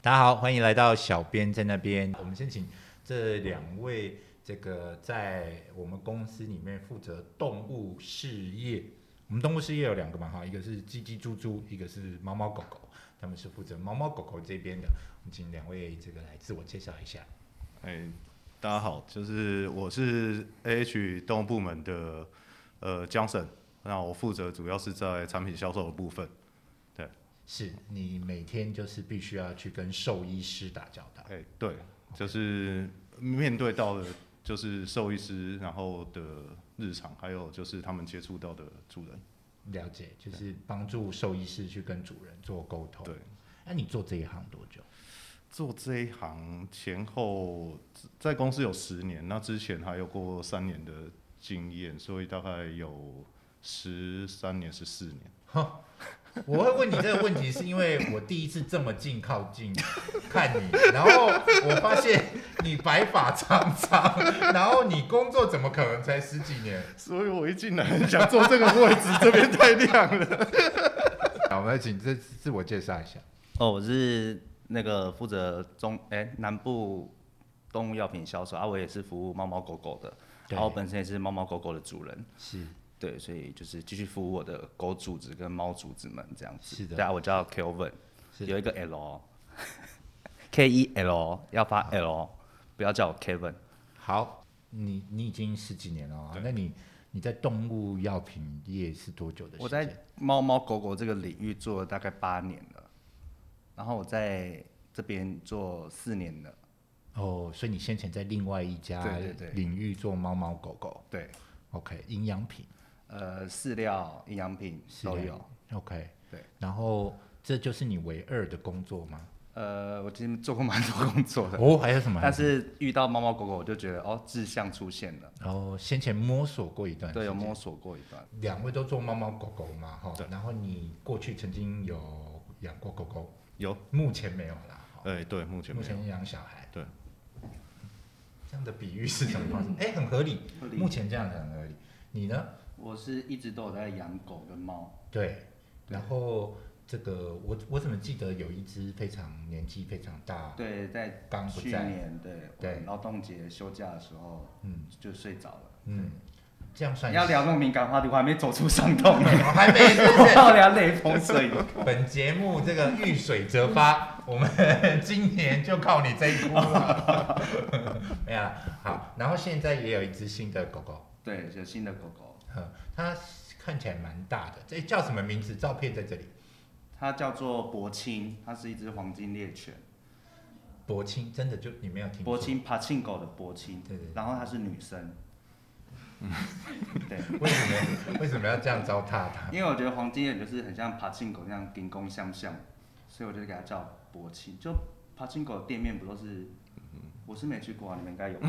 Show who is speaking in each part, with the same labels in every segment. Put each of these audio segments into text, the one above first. Speaker 1: 大家好，欢迎来到小编在那边。我们先请这两位这个在我们公司里面负责动物事业。我们动物事业有两个嘛哈，一个是鸡鸡猪猪，一个是猫猫狗狗，他们是负责猫猫狗狗这边的。我们请两位这个来自我介绍一下。
Speaker 2: 哎、大家好，就是我是 AH 动物部门的呃 Johnson，那我负责主要是在产品销售的部分。
Speaker 1: 是你每天就是必须要去跟兽医师打交道。
Speaker 2: 哎、对，就是面对到的就是兽医师，然后的日常，还有就是他们接触到的主人。
Speaker 1: 了解，就是帮助兽医师去跟主人做沟通。
Speaker 2: 对，
Speaker 1: 那你做这一行多久？
Speaker 2: 做这一行前后在公司有十年，那之前还有过三年的经验，所以大概有十三年、十四年。
Speaker 1: 我会问你这个问题，是因为我第一次这么近靠近 看你，然后我发现你白发苍苍，然后你工作怎么可能才十几年？
Speaker 2: 所以我一进来很想坐这个位置，这边太亮了。
Speaker 1: 好，我们来请自自我介绍一下。
Speaker 3: 哦，我是那个负责中哎、南部动物药品销售啊，我也是服务猫猫狗狗的，啊
Speaker 1: 对
Speaker 3: 然后我本身也是猫猫狗狗的主人，
Speaker 1: 是
Speaker 3: 对，所以就是继续服务我的狗主子跟猫主子们这样子。
Speaker 1: 是的
Speaker 3: 对啊，我叫 Kelvin，
Speaker 1: 是
Speaker 3: 有一个 L，K E L 要发
Speaker 1: 啊
Speaker 3: L，不要叫我 Kevin。
Speaker 1: 好，你你已经十几年了、哦，那你你在动物药品业是多久的时间？
Speaker 3: 我在猫猫狗狗这个领域做了大概八年了，然后我在这边做四年了，
Speaker 1: 哦，所以你先前在另外一家
Speaker 3: 对对对
Speaker 1: 领域做猫猫狗狗
Speaker 3: 对，
Speaker 1: ，OK，营养品
Speaker 3: 呃，饲料、营养品都
Speaker 1: 啊
Speaker 3: 有。
Speaker 1: ，OK，
Speaker 3: 对，
Speaker 1: 然后这就是你唯二的工作吗？
Speaker 3: 呃，我今天做过蛮多工作的，
Speaker 1: 哦，还有什么？
Speaker 3: 但是遇到猫猫狗狗，我就觉得哦，志向出现了，
Speaker 1: 然后哦先前摸索过一段，
Speaker 3: 对，有摸。索过一段，
Speaker 1: 两位都做猫猫狗狗嘛，哈
Speaker 2: 对。
Speaker 1: 然后你过去曾经有养过狗狗，
Speaker 2: 有，
Speaker 1: 目前没有啦，哈
Speaker 3: 呃
Speaker 2: 哎、对，目前
Speaker 1: 目
Speaker 2: 没有。
Speaker 1: 前养小孩。
Speaker 2: 对。
Speaker 1: 这样的比喻是怎么 发生？哎，很合理。
Speaker 3: 合理
Speaker 1: 目前这样很合理。你呢？
Speaker 3: 我是一直都有在养狗跟猫，
Speaker 1: 对。然后这个我我怎么记得有一只非常年纪非常大，
Speaker 3: 对，在
Speaker 1: 刚不
Speaker 3: 去
Speaker 1: 在
Speaker 3: 年对
Speaker 1: 对
Speaker 3: 我劳动节休假的时候
Speaker 1: 嗯
Speaker 3: 就睡着了。
Speaker 1: 嗯，这样算
Speaker 3: 你要 聊那么敏感话题，我还没走出伤痛呢，
Speaker 1: 我还没是不
Speaker 3: 我
Speaker 1: 是？
Speaker 3: 要聊雷锋摄影。
Speaker 1: 本节目这个遇水则 发，我们今年就靠你这一股了。 没有啦好，然后现在也有一只新的狗狗，
Speaker 3: 对，有新的狗狗，
Speaker 1: 呵它看起来蛮大的，这叫什么名字？照片在这里。
Speaker 3: 它叫做博青，它是一只黄金猎犬，
Speaker 1: 博清真的就你没有听错
Speaker 3: 博，青爬庆狗的博青，
Speaker 1: 对对对
Speaker 3: 然后它是女生，对。
Speaker 1: 为什么为 什么要这样糟蹋它？
Speaker 3: 因为我觉得黄金眼就是很像爬进狗那样顶弓相向，所以我就给它叫博青。就爬进狗的店面不都是？我是没去过啊，你们应该 有。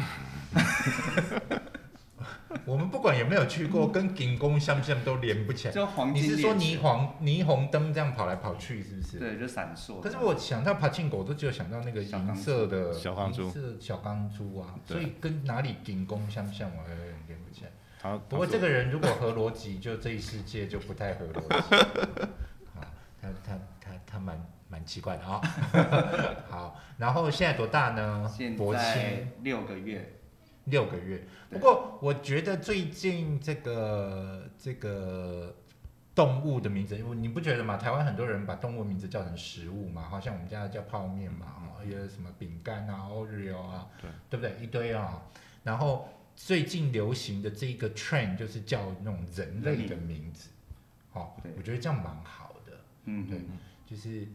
Speaker 1: 我们不管有没有去过，跟景宫相像都连不起来。
Speaker 3: 就黄
Speaker 1: 你
Speaker 3: 金猎
Speaker 1: 是说
Speaker 3: 犬
Speaker 1: 霓虹霓虹灯这样跑来跑去，是不是？
Speaker 3: 对，就闪烁。
Speaker 1: 可是我想到爬进狗，都只有想到那个
Speaker 3: 小
Speaker 1: 银
Speaker 3: 钢
Speaker 1: 色的
Speaker 2: 小钢珠
Speaker 1: 银色小钢珠啊，
Speaker 2: 对啊
Speaker 1: 所以跟哪里顶弓相向，我还有点连不起来。
Speaker 2: 他
Speaker 1: 不过这个人如果合逻辑，就这一世界就不太合逻 辑。好，他他他他蛮蛮奇怪的啊、 好，然后现在多大呢？
Speaker 3: 现
Speaker 1: 薄
Speaker 3: 在
Speaker 1: 青
Speaker 3: 六个月，
Speaker 1: 六个月。不
Speaker 3: 对
Speaker 1: 过我觉得最近这个这个动物的名字，你不觉得吗？台湾很多人把动物名字叫成食物嘛，好像我们家叫泡面嘛，哦，也有什么饼干啊、Oreo 啊，
Speaker 2: 对
Speaker 1: 不对？一堆啊、然后最近流行的这一个 trend 就是叫那种人类的名字，好、
Speaker 3: 对
Speaker 1: 我觉得这样蛮好的，
Speaker 3: 嗯，
Speaker 1: 对，就是。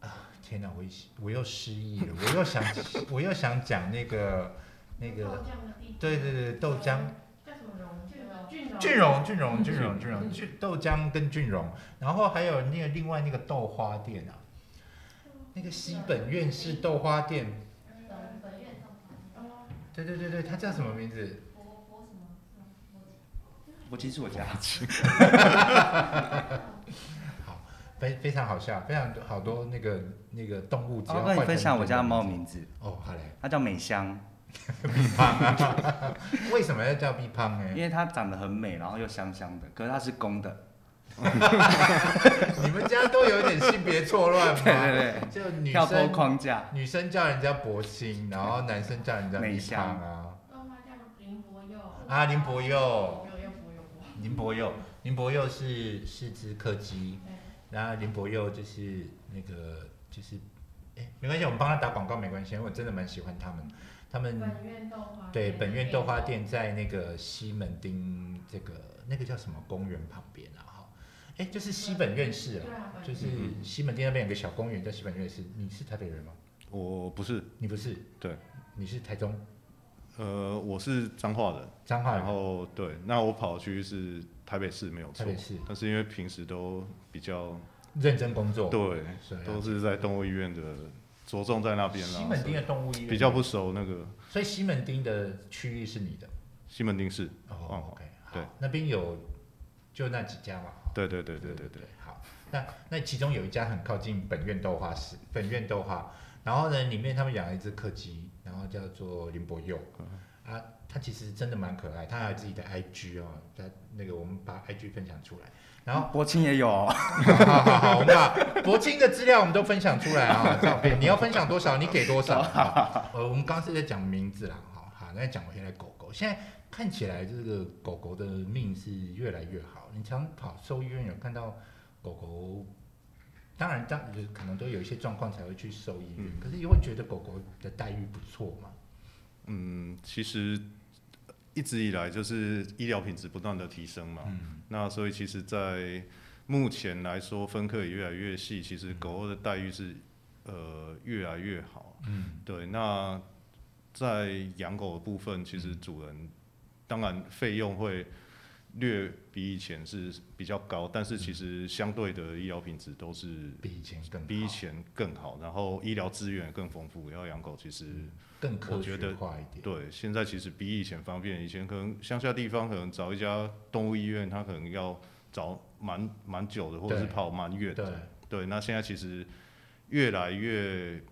Speaker 1: 啊，天哪！我一我又失忆了，我又想 我又想讲那个那个
Speaker 4: 豆浆的地址
Speaker 1: 对对对，豆浆，
Speaker 4: 叫什么荣？俊荣，俊荣，
Speaker 1: 俊荣，俊荣，俊
Speaker 3: 嗯
Speaker 1: 荣，俊荣，俊豆浆跟俊荣，然后还有那个另外那个豆花店啊，那个西本院士豆花店，
Speaker 4: 呃本院上哦，
Speaker 1: 对对对对，它叫什么名字？
Speaker 4: 博博什么？
Speaker 3: 我其实我家
Speaker 1: 非非常好笑，非常好多那个那个动物，只
Speaker 3: 我
Speaker 1: 要
Speaker 3: 要
Speaker 1: 换
Speaker 3: 哦跟你
Speaker 1: 成
Speaker 3: 分享我家的猫
Speaker 1: 名字
Speaker 3: 名字，
Speaker 1: 哦，好嘞，
Speaker 3: 它叫美香，
Speaker 1: 为什么要叫 B 胖
Speaker 3: 因
Speaker 1: 呢？嗯
Speaker 3: 为它长得很美，然后又香香的，可是它是公的，
Speaker 1: 你们家都有一点性别错乱
Speaker 3: 对
Speaker 1: 嘛？
Speaker 3: 对
Speaker 1: 就
Speaker 3: 对，
Speaker 1: 啊女
Speaker 3: 跳脱
Speaker 1: 生
Speaker 3: 框架，
Speaker 1: 女生叫人家博兴，然后男生叫人家
Speaker 3: 美
Speaker 1: 米
Speaker 3: 香
Speaker 1: 胖啊，
Speaker 4: 妈妈叫林伯佑。
Speaker 1: 啊林伯佑
Speaker 4: 没有，又伯佑伯。
Speaker 1: 林伯佑，林伯佑是是只柯基，然后林伯佑就是那个就是，哎，没关系，我们帮他打广告没关系，因为我真的蛮喜欢他们，他
Speaker 4: 对
Speaker 1: 们
Speaker 4: 本院豆花。
Speaker 1: 对，本院豆花。店在那个西门町这个那个叫什么公园旁边啊？哈，哎，就是西本院士
Speaker 4: 对
Speaker 1: 啊，
Speaker 4: 啊，本
Speaker 1: 就
Speaker 4: 院
Speaker 1: 是
Speaker 2: 嗯
Speaker 1: 西门町那边有个小公园叫西本院士。你是台北人吗？
Speaker 2: 我不是，
Speaker 1: 你不是？
Speaker 2: 对，
Speaker 1: 你是台中
Speaker 2: 呃，我是彰化人，
Speaker 1: 彰化
Speaker 2: 然
Speaker 1: 人，
Speaker 2: 后对，那我跑区是台北市没有
Speaker 1: 台
Speaker 2: 错
Speaker 1: 北，市
Speaker 2: 但是因为平时都比较
Speaker 1: 认真工作。
Speaker 2: 对，
Speaker 1: 是啊，
Speaker 2: 都是在动物医院的，着重在那边啦，
Speaker 1: 西门町
Speaker 2: 所
Speaker 1: 的动物医
Speaker 2: 以
Speaker 1: 院
Speaker 2: 比较，不熟那个
Speaker 1: 所以西门町的区域是你的。
Speaker 2: 西门町市，
Speaker 1: 哦
Speaker 2: 哦
Speaker 1: ，OK，好
Speaker 2: 对，
Speaker 1: 那边有就那几家嘛。哈
Speaker 2: 对对对对对对
Speaker 1: 对，好，那那其中有一家很靠近本院豆花市，本院豆花，然后呢，里面他们养了一只柯基，然后叫做林伯佑，
Speaker 2: 嗯
Speaker 1: 啊，它其实真的蛮可爱，它还有自己的 IG 哦，它那个我们把 IG 分享出来，然后
Speaker 3: 柏青啊也有哦，
Speaker 1: 好好好好，我们把博清的资料我们都分享出来啊、照片你要分享多少，你给多少，好呃，我们刚刚是在讲名字啦，好，好，那讲回来狗狗，现在看起来这个狗狗的命是越来越好，你常跑兽医院有看到。狗狗，当然当就是可能都有一些状况才会去兽医院，
Speaker 2: 嗯
Speaker 1: 可是也会觉得狗狗的待遇不错嘛。
Speaker 2: 嗯，其实一直以来就是医疗品质不断的提升嘛，
Speaker 1: 嗯，
Speaker 2: 那所以其实，在目前来说，分科也越来越细，其
Speaker 1: 嗯
Speaker 2: 实狗狗的待遇是呃越来越好。
Speaker 1: 嗯，
Speaker 2: 对，那在养狗的部分，其
Speaker 1: 嗯
Speaker 2: 实主人当然费用会略比以前是比较高，但是其
Speaker 1: 嗯
Speaker 2: 实相对的医疗品质都是
Speaker 1: 比以前更好
Speaker 2: 比以前更好，然后医疗资源也更丰富。要养狗其实。
Speaker 1: 嗯更科
Speaker 2: 我觉
Speaker 1: 学
Speaker 2: 得
Speaker 1: 化一点。
Speaker 2: 对，现在其实比以前方便。以前可能乡下地方可能找一家动物医院，他可能要找蛮蛮久的，或者是
Speaker 1: 对
Speaker 2: 跑蛮远
Speaker 1: 对
Speaker 2: 的。对，那现在其实越来越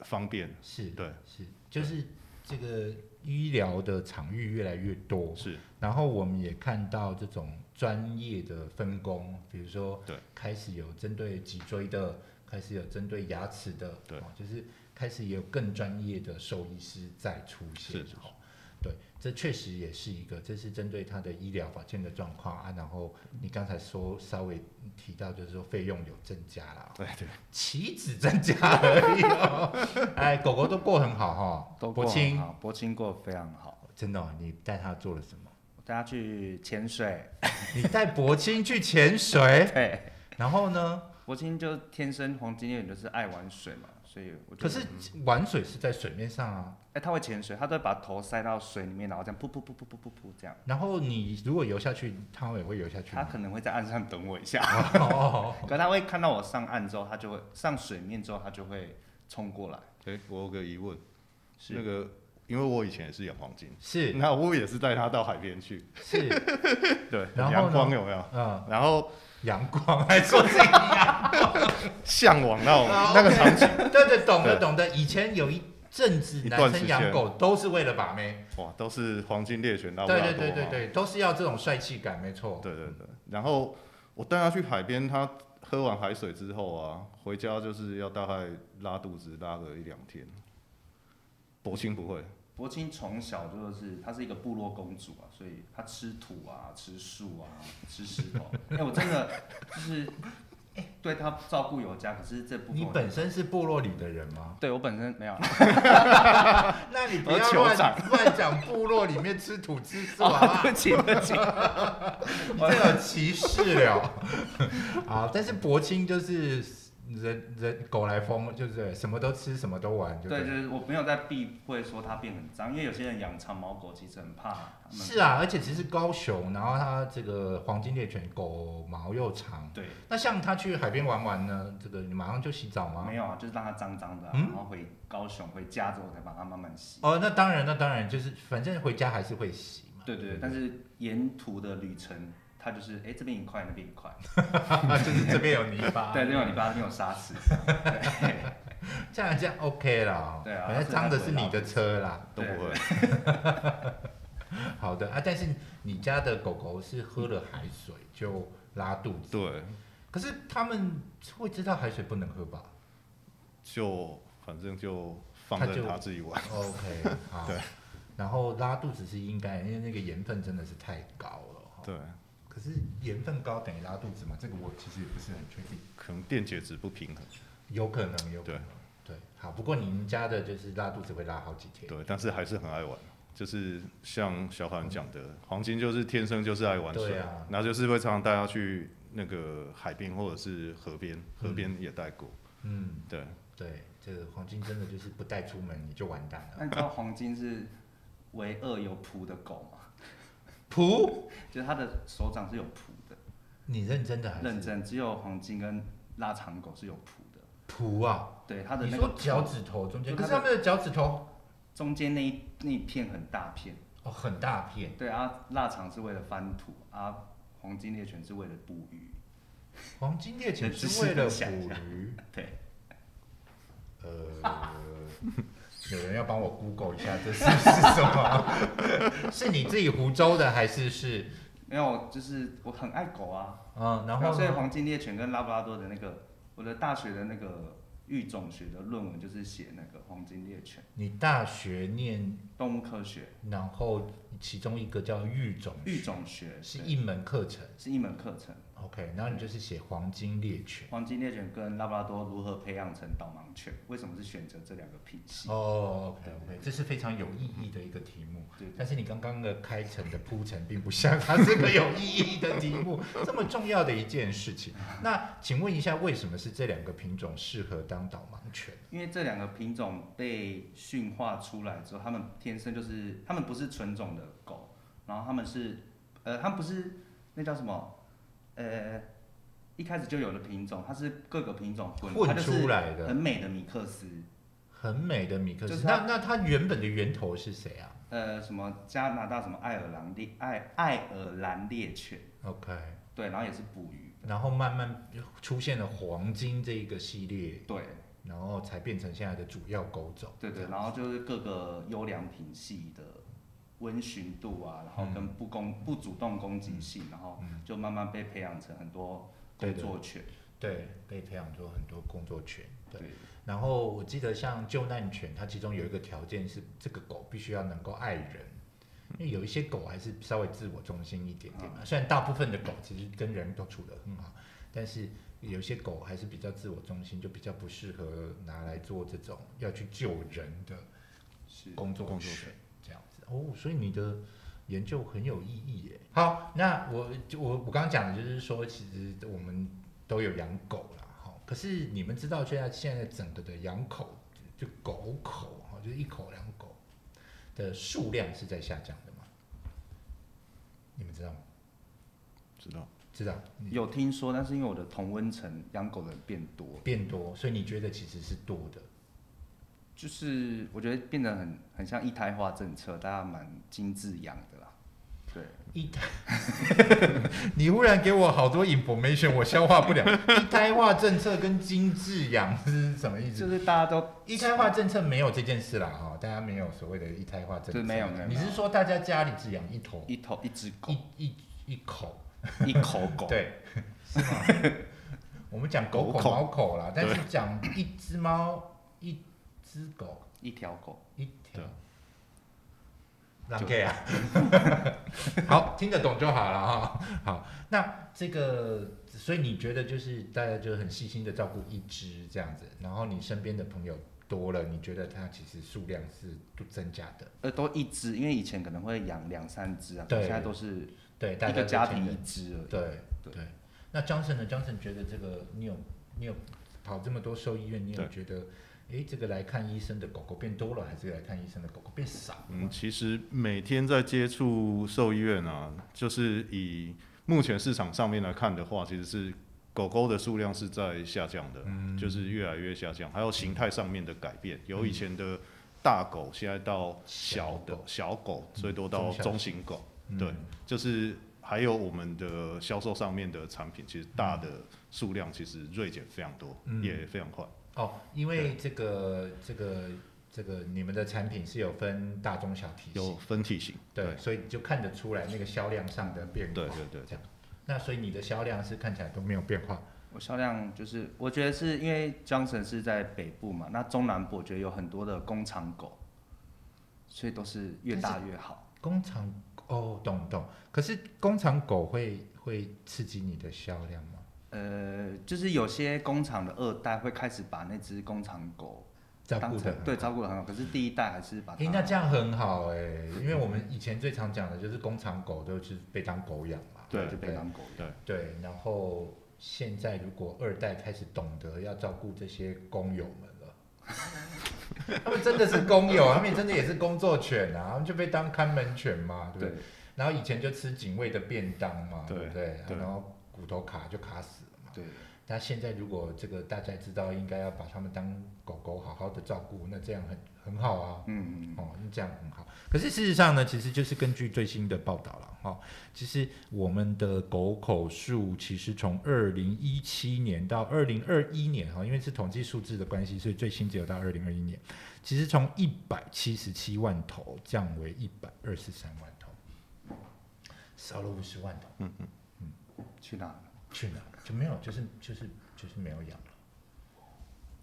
Speaker 2: 方便。
Speaker 1: 是，
Speaker 2: 对，
Speaker 1: 是，就是这个医疗的场域越来越多，
Speaker 2: 是
Speaker 1: 然后我们也看到这种专业的分工，比如说，
Speaker 2: 对，
Speaker 1: 开始有针对脊椎的，开始有针对牙齿的，
Speaker 2: 对
Speaker 1: 哦就是开始也有更专业的兽医师在出现，
Speaker 2: 是是
Speaker 1: 哦对，这确实也是一个，这是针对他的医疗保健的状况啊。然后你刚才说稍微提到，就是说费用有增加啦，哦
Speaker 2: 对对，
Speaker 1: 岂止增加而已 哦，哎，狗狗都过很好哈、
Speaker 3: 都
Speaker 1: 哦，
Speaker 3: 过
Speaker 1: 柏
Speaker 3: 很
Speaker 1: 青，
Speaker 3: 好，柏青过得非常好。
Speaker 1: 真的哦、你带它做了什么？
Speaker 3: 我带他去潜水，
Speaker 1: 你带柏青去潜水，
Speaker 3: 对，
Speaker 1: 然后呢？
Speaker 3: 柏青就天生黄金猎人，就是爱玩水嘛，所以我就
Speaker 1: 可是玩水是在水面上啊。
Speaker 3: 哎、他会潜水，他都会把头塞到水里面，然后这样
Speaker 1: 嗯
Speaker 3: 噗噗噗噗噗噗噗这样。
Speaker 1: 然后你如果游下去，它也会游下去
Speaker 3: 他
Speaker 1: 吗。
Speaker 3: 可能会在岸上等我一下，
Speaker 1: 哦，
Speaker 3: 可他会看到我上岸之后，他就会上水面之后，他就会冲过来。
Speaker 2: 哎、我有个疑问，
Speaker 3: 是
Speaker 2: 那个因为我以前也是养黄金，
Speaker 1: 是
Speaker 2: 那我也是带它到海边去，
Speaker 1: 是，
Speaker 2: 对，
Speaker 1: 然后
Speaker 2: 很阳光有没有？
Speaker 1: 嗯，
Speaker 2: 然后
Speaker 1: 阳光还说这个，
Speaker 2: 向往那种
Speaker 1: 啊
Speaker 2: 那个场景，
Speaker 1: 对对，懂的
Speaker 2: 对
Speaker 1: 懂的。以前有一阵子
Speaker 2: 一
Speaker 1: 男
Speaker 2: 段时
Speaker 1: 生
Speaker 2: 间
Speaker 1: 养狗都是为了把妹，
Speaker 2: 哇，都是黄金猎犬拉布
Speaker 1: 对
Speaker 2: 拉多
Speaker 1: 对
Speaker 2: 嘛。
Speaker 1: 对对对，都是要这种帅气感，没错。
Speaker 2: 对对对，然后我带他去海边，他喝完海水之后啊，回家就是要大概拉肚子拉个一两天。柏青不会，
Speaker 3: 柏青从小就是，她是一个部落公主啊，所以她吃土啊，吃树啊，吃石头。哎、我真的就是，哎、对她照顾有加，可是这部分
Speaker 1: 你
Speaker 3: 我
Speaker 1: 本身是部落里的人吗？
Speaker 3: 对我本身没有啊，
Speaker 1: 那你不
Speaker 3: 我
Speaker 1: 要
Speaker 3: 酋
Speaker 1: 乱
Speaker 3: 长
Speaker 1: 乱讲部落里面吃土吃素好不
Speaker 3: 啊
Speaker 1: 好
Speaker 3: 对？不起对 不起，
Speaker 1: 这有歧视了。 好，但是柏青就是人人狗来疯，就是什么都吃，什么都玩，就
Speaker 3: 对，就
Speaker 1: 了
Speaker 3: 是我没有在避讳说它变很脏，因为有些人养长毛狗其实很怕它们。
Speaker 1: 是啊，而且其实高雄，然后它这个黄金猎犬狗毛又长，
Speaker 3: 对，
Speaker 1: 那像它去海边玩玩呢，这个你马上就洗澡吗
Speaker 3: 没？有啊，就是让它脏脏的啊、
Speaker 1: 嗯
Speaker 3: 然后回高雄回家之后再把它慢慢洗。
Speaker 1: 哦，那当然，那当然，就是反正回家还是会洗嘛。
Speaker 3: 对对，对但是沿途的旅程，它就是哎、这边一块那边一块，
Speaker 1: 啊 就是这边有泥巴，
Speaker 3: 对，啊另外你把它没有 杀死。对
Speaker 1: 这样这样 OK 啦。
Speaker 3: 对啊
Speaker 1: 反正脏的是你的车啦。
Speaker 2: 都不会。
Speaker 1: 好的啊，但是你家的狗狗是喝了海水就拉肚子，
Speaker 2: 对，
Speaker 1: 可是他们会知道海水不能喝吧
Speaker 2: 就反正就放
Speaker 1: 它
Speaker 2: 任
Speaker 1: 就
Speaker 2: 它自己玩。
Speaker 1: ？OK，好。
Speaker 2: 对。
Speaker 1: 啊然后拉肚子是应该，因为那个盐分真的是太高了。哦。
Speaker 2: 对，
Speaker 1: 可是盐分高等于拉肚子嘛？这个我其实也不是很确定，
Speaker 2: 可能电解质不平衡。
Speaker 1: 有可能，有可
Speaker 2: 对
Speaker 1: 能。对，好。不过你们家的就是拉肚子会拉好几天。
Speaker 2: 对，但是还是很爱玩。就是像小凡讲的，黄金就是天生就是爱玩水
Speaker 1: 对，啊
Speaker 2: 然后就是会常常带他去那个海边或者是河边，河边也带过。
Speaker 1: 嗯，
Speaker 2: 对，
Speaker 1: 对，这个黄金真的就是不带出门你就完蛋了。
Speaker 3: 那你知道黄金是为恶有蹼的狗吗？
Speaker 1: 噗，
Speaker 3: 就是它的手掌是有蹼的，
Speaker 1: 你认真的还是
Speaker 3: 认真，只有黄金跟腊肠狗是有蹼的。
Speaker 1: 噗啊？
Speaker 3: 对，它的
Speaker 1: 你
Speaker 3: 那
Speaker 1: 说
Speaker 3: 个
Speaker 1: 脚趾头中间，
Speaker 3: 就
Speaker 1: 可
Speaker 3: 它
Speaker 1: 是
Speaker 3: 的
Speaker 1: 他们的脚趾头
Speaker 3: 中间那一那一片很大片。
Speaker 1: 哦很大片，
Speaker 3: 对啊，腊肠是为了翻土啊，黄金猎犬是为了捕鱼。
Speaker 1: 黄金猎犬
Speaker 3: 对只
Speaker 1: 是
Speaker 3: 是
Speaker 1: 为了
Speaker 3: 很想
Speaker 1: 捕
Speaker 3: 象
Speaker 1: 鱼。
Speaker 3: 对，
Speaker 1: 呃，有人要帮我 Google 一下这是是什么？ 是你自己湖州的还是是？
Speaker 3: 没有，就是我很爱狗啊，
Speaker 1: 嗯，然
Speaker 3: 对啊
Speaker 1: 后
Speaker 3: 所以
Speaker 1: 呢
Speaker 3: 黄金猎犬跟拉布拉多的那个，我的大学的那个育种学的论文就是写那个黄金猎犬
Speaker 1: 你大学念，
Speaker 3: 动物科学
Speaker 1: 然后其中一个叫育种学，
Speaker 3: 育种学
Speaker 1: 是
Speaker 3: 对
Speaker 1: 一门课程。
Speaker 3: 是一门课程。
Speaker 1: OK，然后你就是写黄金猎犬。
Speaker 3: 黄金猎犬跟拉布拉多如何培养成导盲犬？为什么是选择这两个品系？
Speaker 1: 哦，OK OK，这是非常有意义的一个题目。
Speaker 3: 对对
Speaker 1: 但是你刚刚的开城的铺陈并不像 它是个有意义的题目，这么重要的一件事情。那请问一下，为什么是这两个品种适合当导盲犬？
Speaker 3: 因为这两个品种被驯化出来之后，它们天生就是，它们不是纯种的狗，然后它们是，呃，它们不是那叫什么，呃，一开始就有的品种，它是各个品种混，它
Speaker 1: 混
Speaker 3: 就是
Speaker 1: 出来的
Speaker 3: 很美的米克斯，
Speaker 1: 很美的米克
Speaker 3: 就
Speaker 1: 斯，
Speaker 3: 是它
Speaker 1: 那那它原本的源头是谁啊
Speaker 3: 呃，什么加拿大什么爱尔兰猎爱爱尔兰猎犬，
Speaker 1: ？OK，
Speaker 3: 对，然后也是捕鱼，
Speaker 1: 然后慢慢出现了黄金这一个系列，
Speaker 3: 对
Speaker 1: 然后才变成现在的主要狗种。
Speaker 3: 对对，然后就是各个优良品系的温驯度啊，然后
Speaker 1: 嗯
Speaker 3: 跟不攻不主动攻击性，然后就慢慢被培养成很多
Speaker 1: 对
Speaker 3: 工
Speaker 1: 对
Speaker 3: 作犬，
Speaker 1: 对，被培养出很多工作犬。对，
Speaker 3: 对
Speaker 1: 然后我记得像救难犬，它其中有一个条件是这个狗必须要能够爱人，因为有一些狗还是稍微自我中心一点点嘛。虽然大部分的狗其实跟人都处得很好，但是有些狗还是比较自我中心，就比较不适合拿来做这种要去救人的
Speaker 3: 是
Speaker 1: 工作
Speaker 2: 工作
Speaker 1: 犬这样子。哦，所以你的研究很有意义耶。好，那我就我我刚刚讲的就是说，其实我们都有养狗啦，哈。可是你们知道，现在现在整个的养口就狗口哈，就是一口两狗的数量是在下降的吗？你们知道吗？
Speaker 2: 知道。
Speaker 1: 知道，你
Speaker 3: 有听说，但是因为我的同温层养狗的人变多，
Speaker 1: 变多，所以你觉得其实是多的。
Speaker 3: 就是我觉得变得很很像一胎化政策，大家蛮精致养的啦，对，
Speaker 1: 一胎， 你忽然给我好多 information，我消化不 了。一胎化政策跟精致养是什么意
Speaker 3: 就
Speaker 1: 思？
Speaker 3: 是大家都
Speaker 1: 一胎化政策没有这件事啦，哈，大家没有所谓的一胎化政策，
Speaker 3: 对没有没有
Speaker 1: 你是说大家家里只养一头
Speaker 3: 一头一只狗
Speaker 1: 一一一口？
Speaker 3: 一 口狗，
Speaker 1: 对，是吗？ 我们讲狗
Speaker 2: 狗
Speaker 1: 口
Speaker 2: 口
Speaker 1: 猫口啦，但是讲一只猫一只狗
Speaker 3: 一条狗，
Speaker 1: 一条
Speaker 2: 对，
Speaker 1: 让给啊， 好，听得懂就好了哈、 好，那这个，所以你觉得就是大家就很细心的照顾一只这样子，然后你身边的朋友多了，你觉得它其实数量是增加的，
Speaker 3: 呃，都一只，因为以前可能会养两三只啊，可
Speaker 1: 对
Speaker 3: 是现在都是
Speaker 1: 对，大
Speaker 3: 一
Speaker 1: 家
Speaker 3: 个
Speaker 1: 都
Speaker 3: 家
Speaker 1: 迁
Speaker 3: 庭
Speaker 1: 人
Speaker 3: 一只而已。
Speaker 1: 对
Speaker 3: 对
Speaker 1: 对。那 Johnson 呢？Johnson 觉得这个，你有你有跑这么多兽医院，你有
Speaker 2: 对
Speaker 1: 觉得，诶，这个来看医生的狗狗变多了，还是来看医生的狗狗变少了？
Speaker 2: 嗯，其实每天在接触兽医院啊，就是以目前市场上面来看的话，其实是狗狗的数量是在下降的，嗯就是越来越下降，还有形态上面的改变，由以前的大狗，现在到小的小狗，最多到中型狗，
Speaker 1: 嗯
Speaker 2: 对，就是还有我们的销售上面的产品，其实大的数量其实锐减非常多，
Speaker 1: 嗯
Speaker 2: 也非常快。
Speaker 1: 哦，因为这个这个这个你们的产品是有分大中小体
Speaker 2: 有
Speaker 1: 系，
Speaker 2: 分体型，
Speaker 1: 对，所以你就看得出来那个销量上的变化。
Speaker 2: 对对对，
Speaker 1: 那所以你的销量是看起来都没有变化，
Speaker 3: 我销量就是，我觉得是因为 Johnson 是在北部嘛，那中南部我觉得有很多的工厂狗，所以都是越大越好。
Speaker 1: 工厂哦，懂懂。可是工厂狗会会刺激你的销量吗？
Speaker 3: 呃，就是有些工厂的二代会开始把那只工厂狗
Speaker 1: 照
Speaker 3: 当
Speaker 1: 顾
Speaker 3: 成
Speaker 1: 的
Speaker 3: 对照顾的很好，可是第一代还是把它
Speaker 1: 诶，那这样很好哎、因为我们以前最常讲的就是工厂狗都是被当狗养嘛，
Speaker 2: 对
Speaker 3: 就被当狗。
Speaker 1: 对，然后现在如果二代开始懂得要照顾这些工友们了， 他们真的是工友，他们真的也是工作犬啊，他们就被当看门犬嘛，对不对？
Speaker 3: 对，
Speaker 1: 然后以前就吃警卫的便当嘛，对
Speaker 2: 对
Speaker 1: 不对？
Speaker 2: 对
Speaker 1: 然后骨头卡就卡死了嘛。
Speaker 3: 对，
Speaker 1: 那现在如果这个大家知道应该要把他们当狗狗好好的照顾，那这样很很好啊。
Speaker 3: 嗯，嗯
Speaker 1: 哦，那这样很好。可是事实上呢，其实就是根据最新的报道了哈、哦。其实我们的狗口数，其实从二零一七年到二零二一年哈、哦，因为是统计数字的关系，所以最新只有到二零二一年。其实从一百七十七万头降为一百二十三万头，少了五十万头，
Speaker 3: 嗯去哪？
Speaker 1: 去哪就没有，就是就是就是没有养了。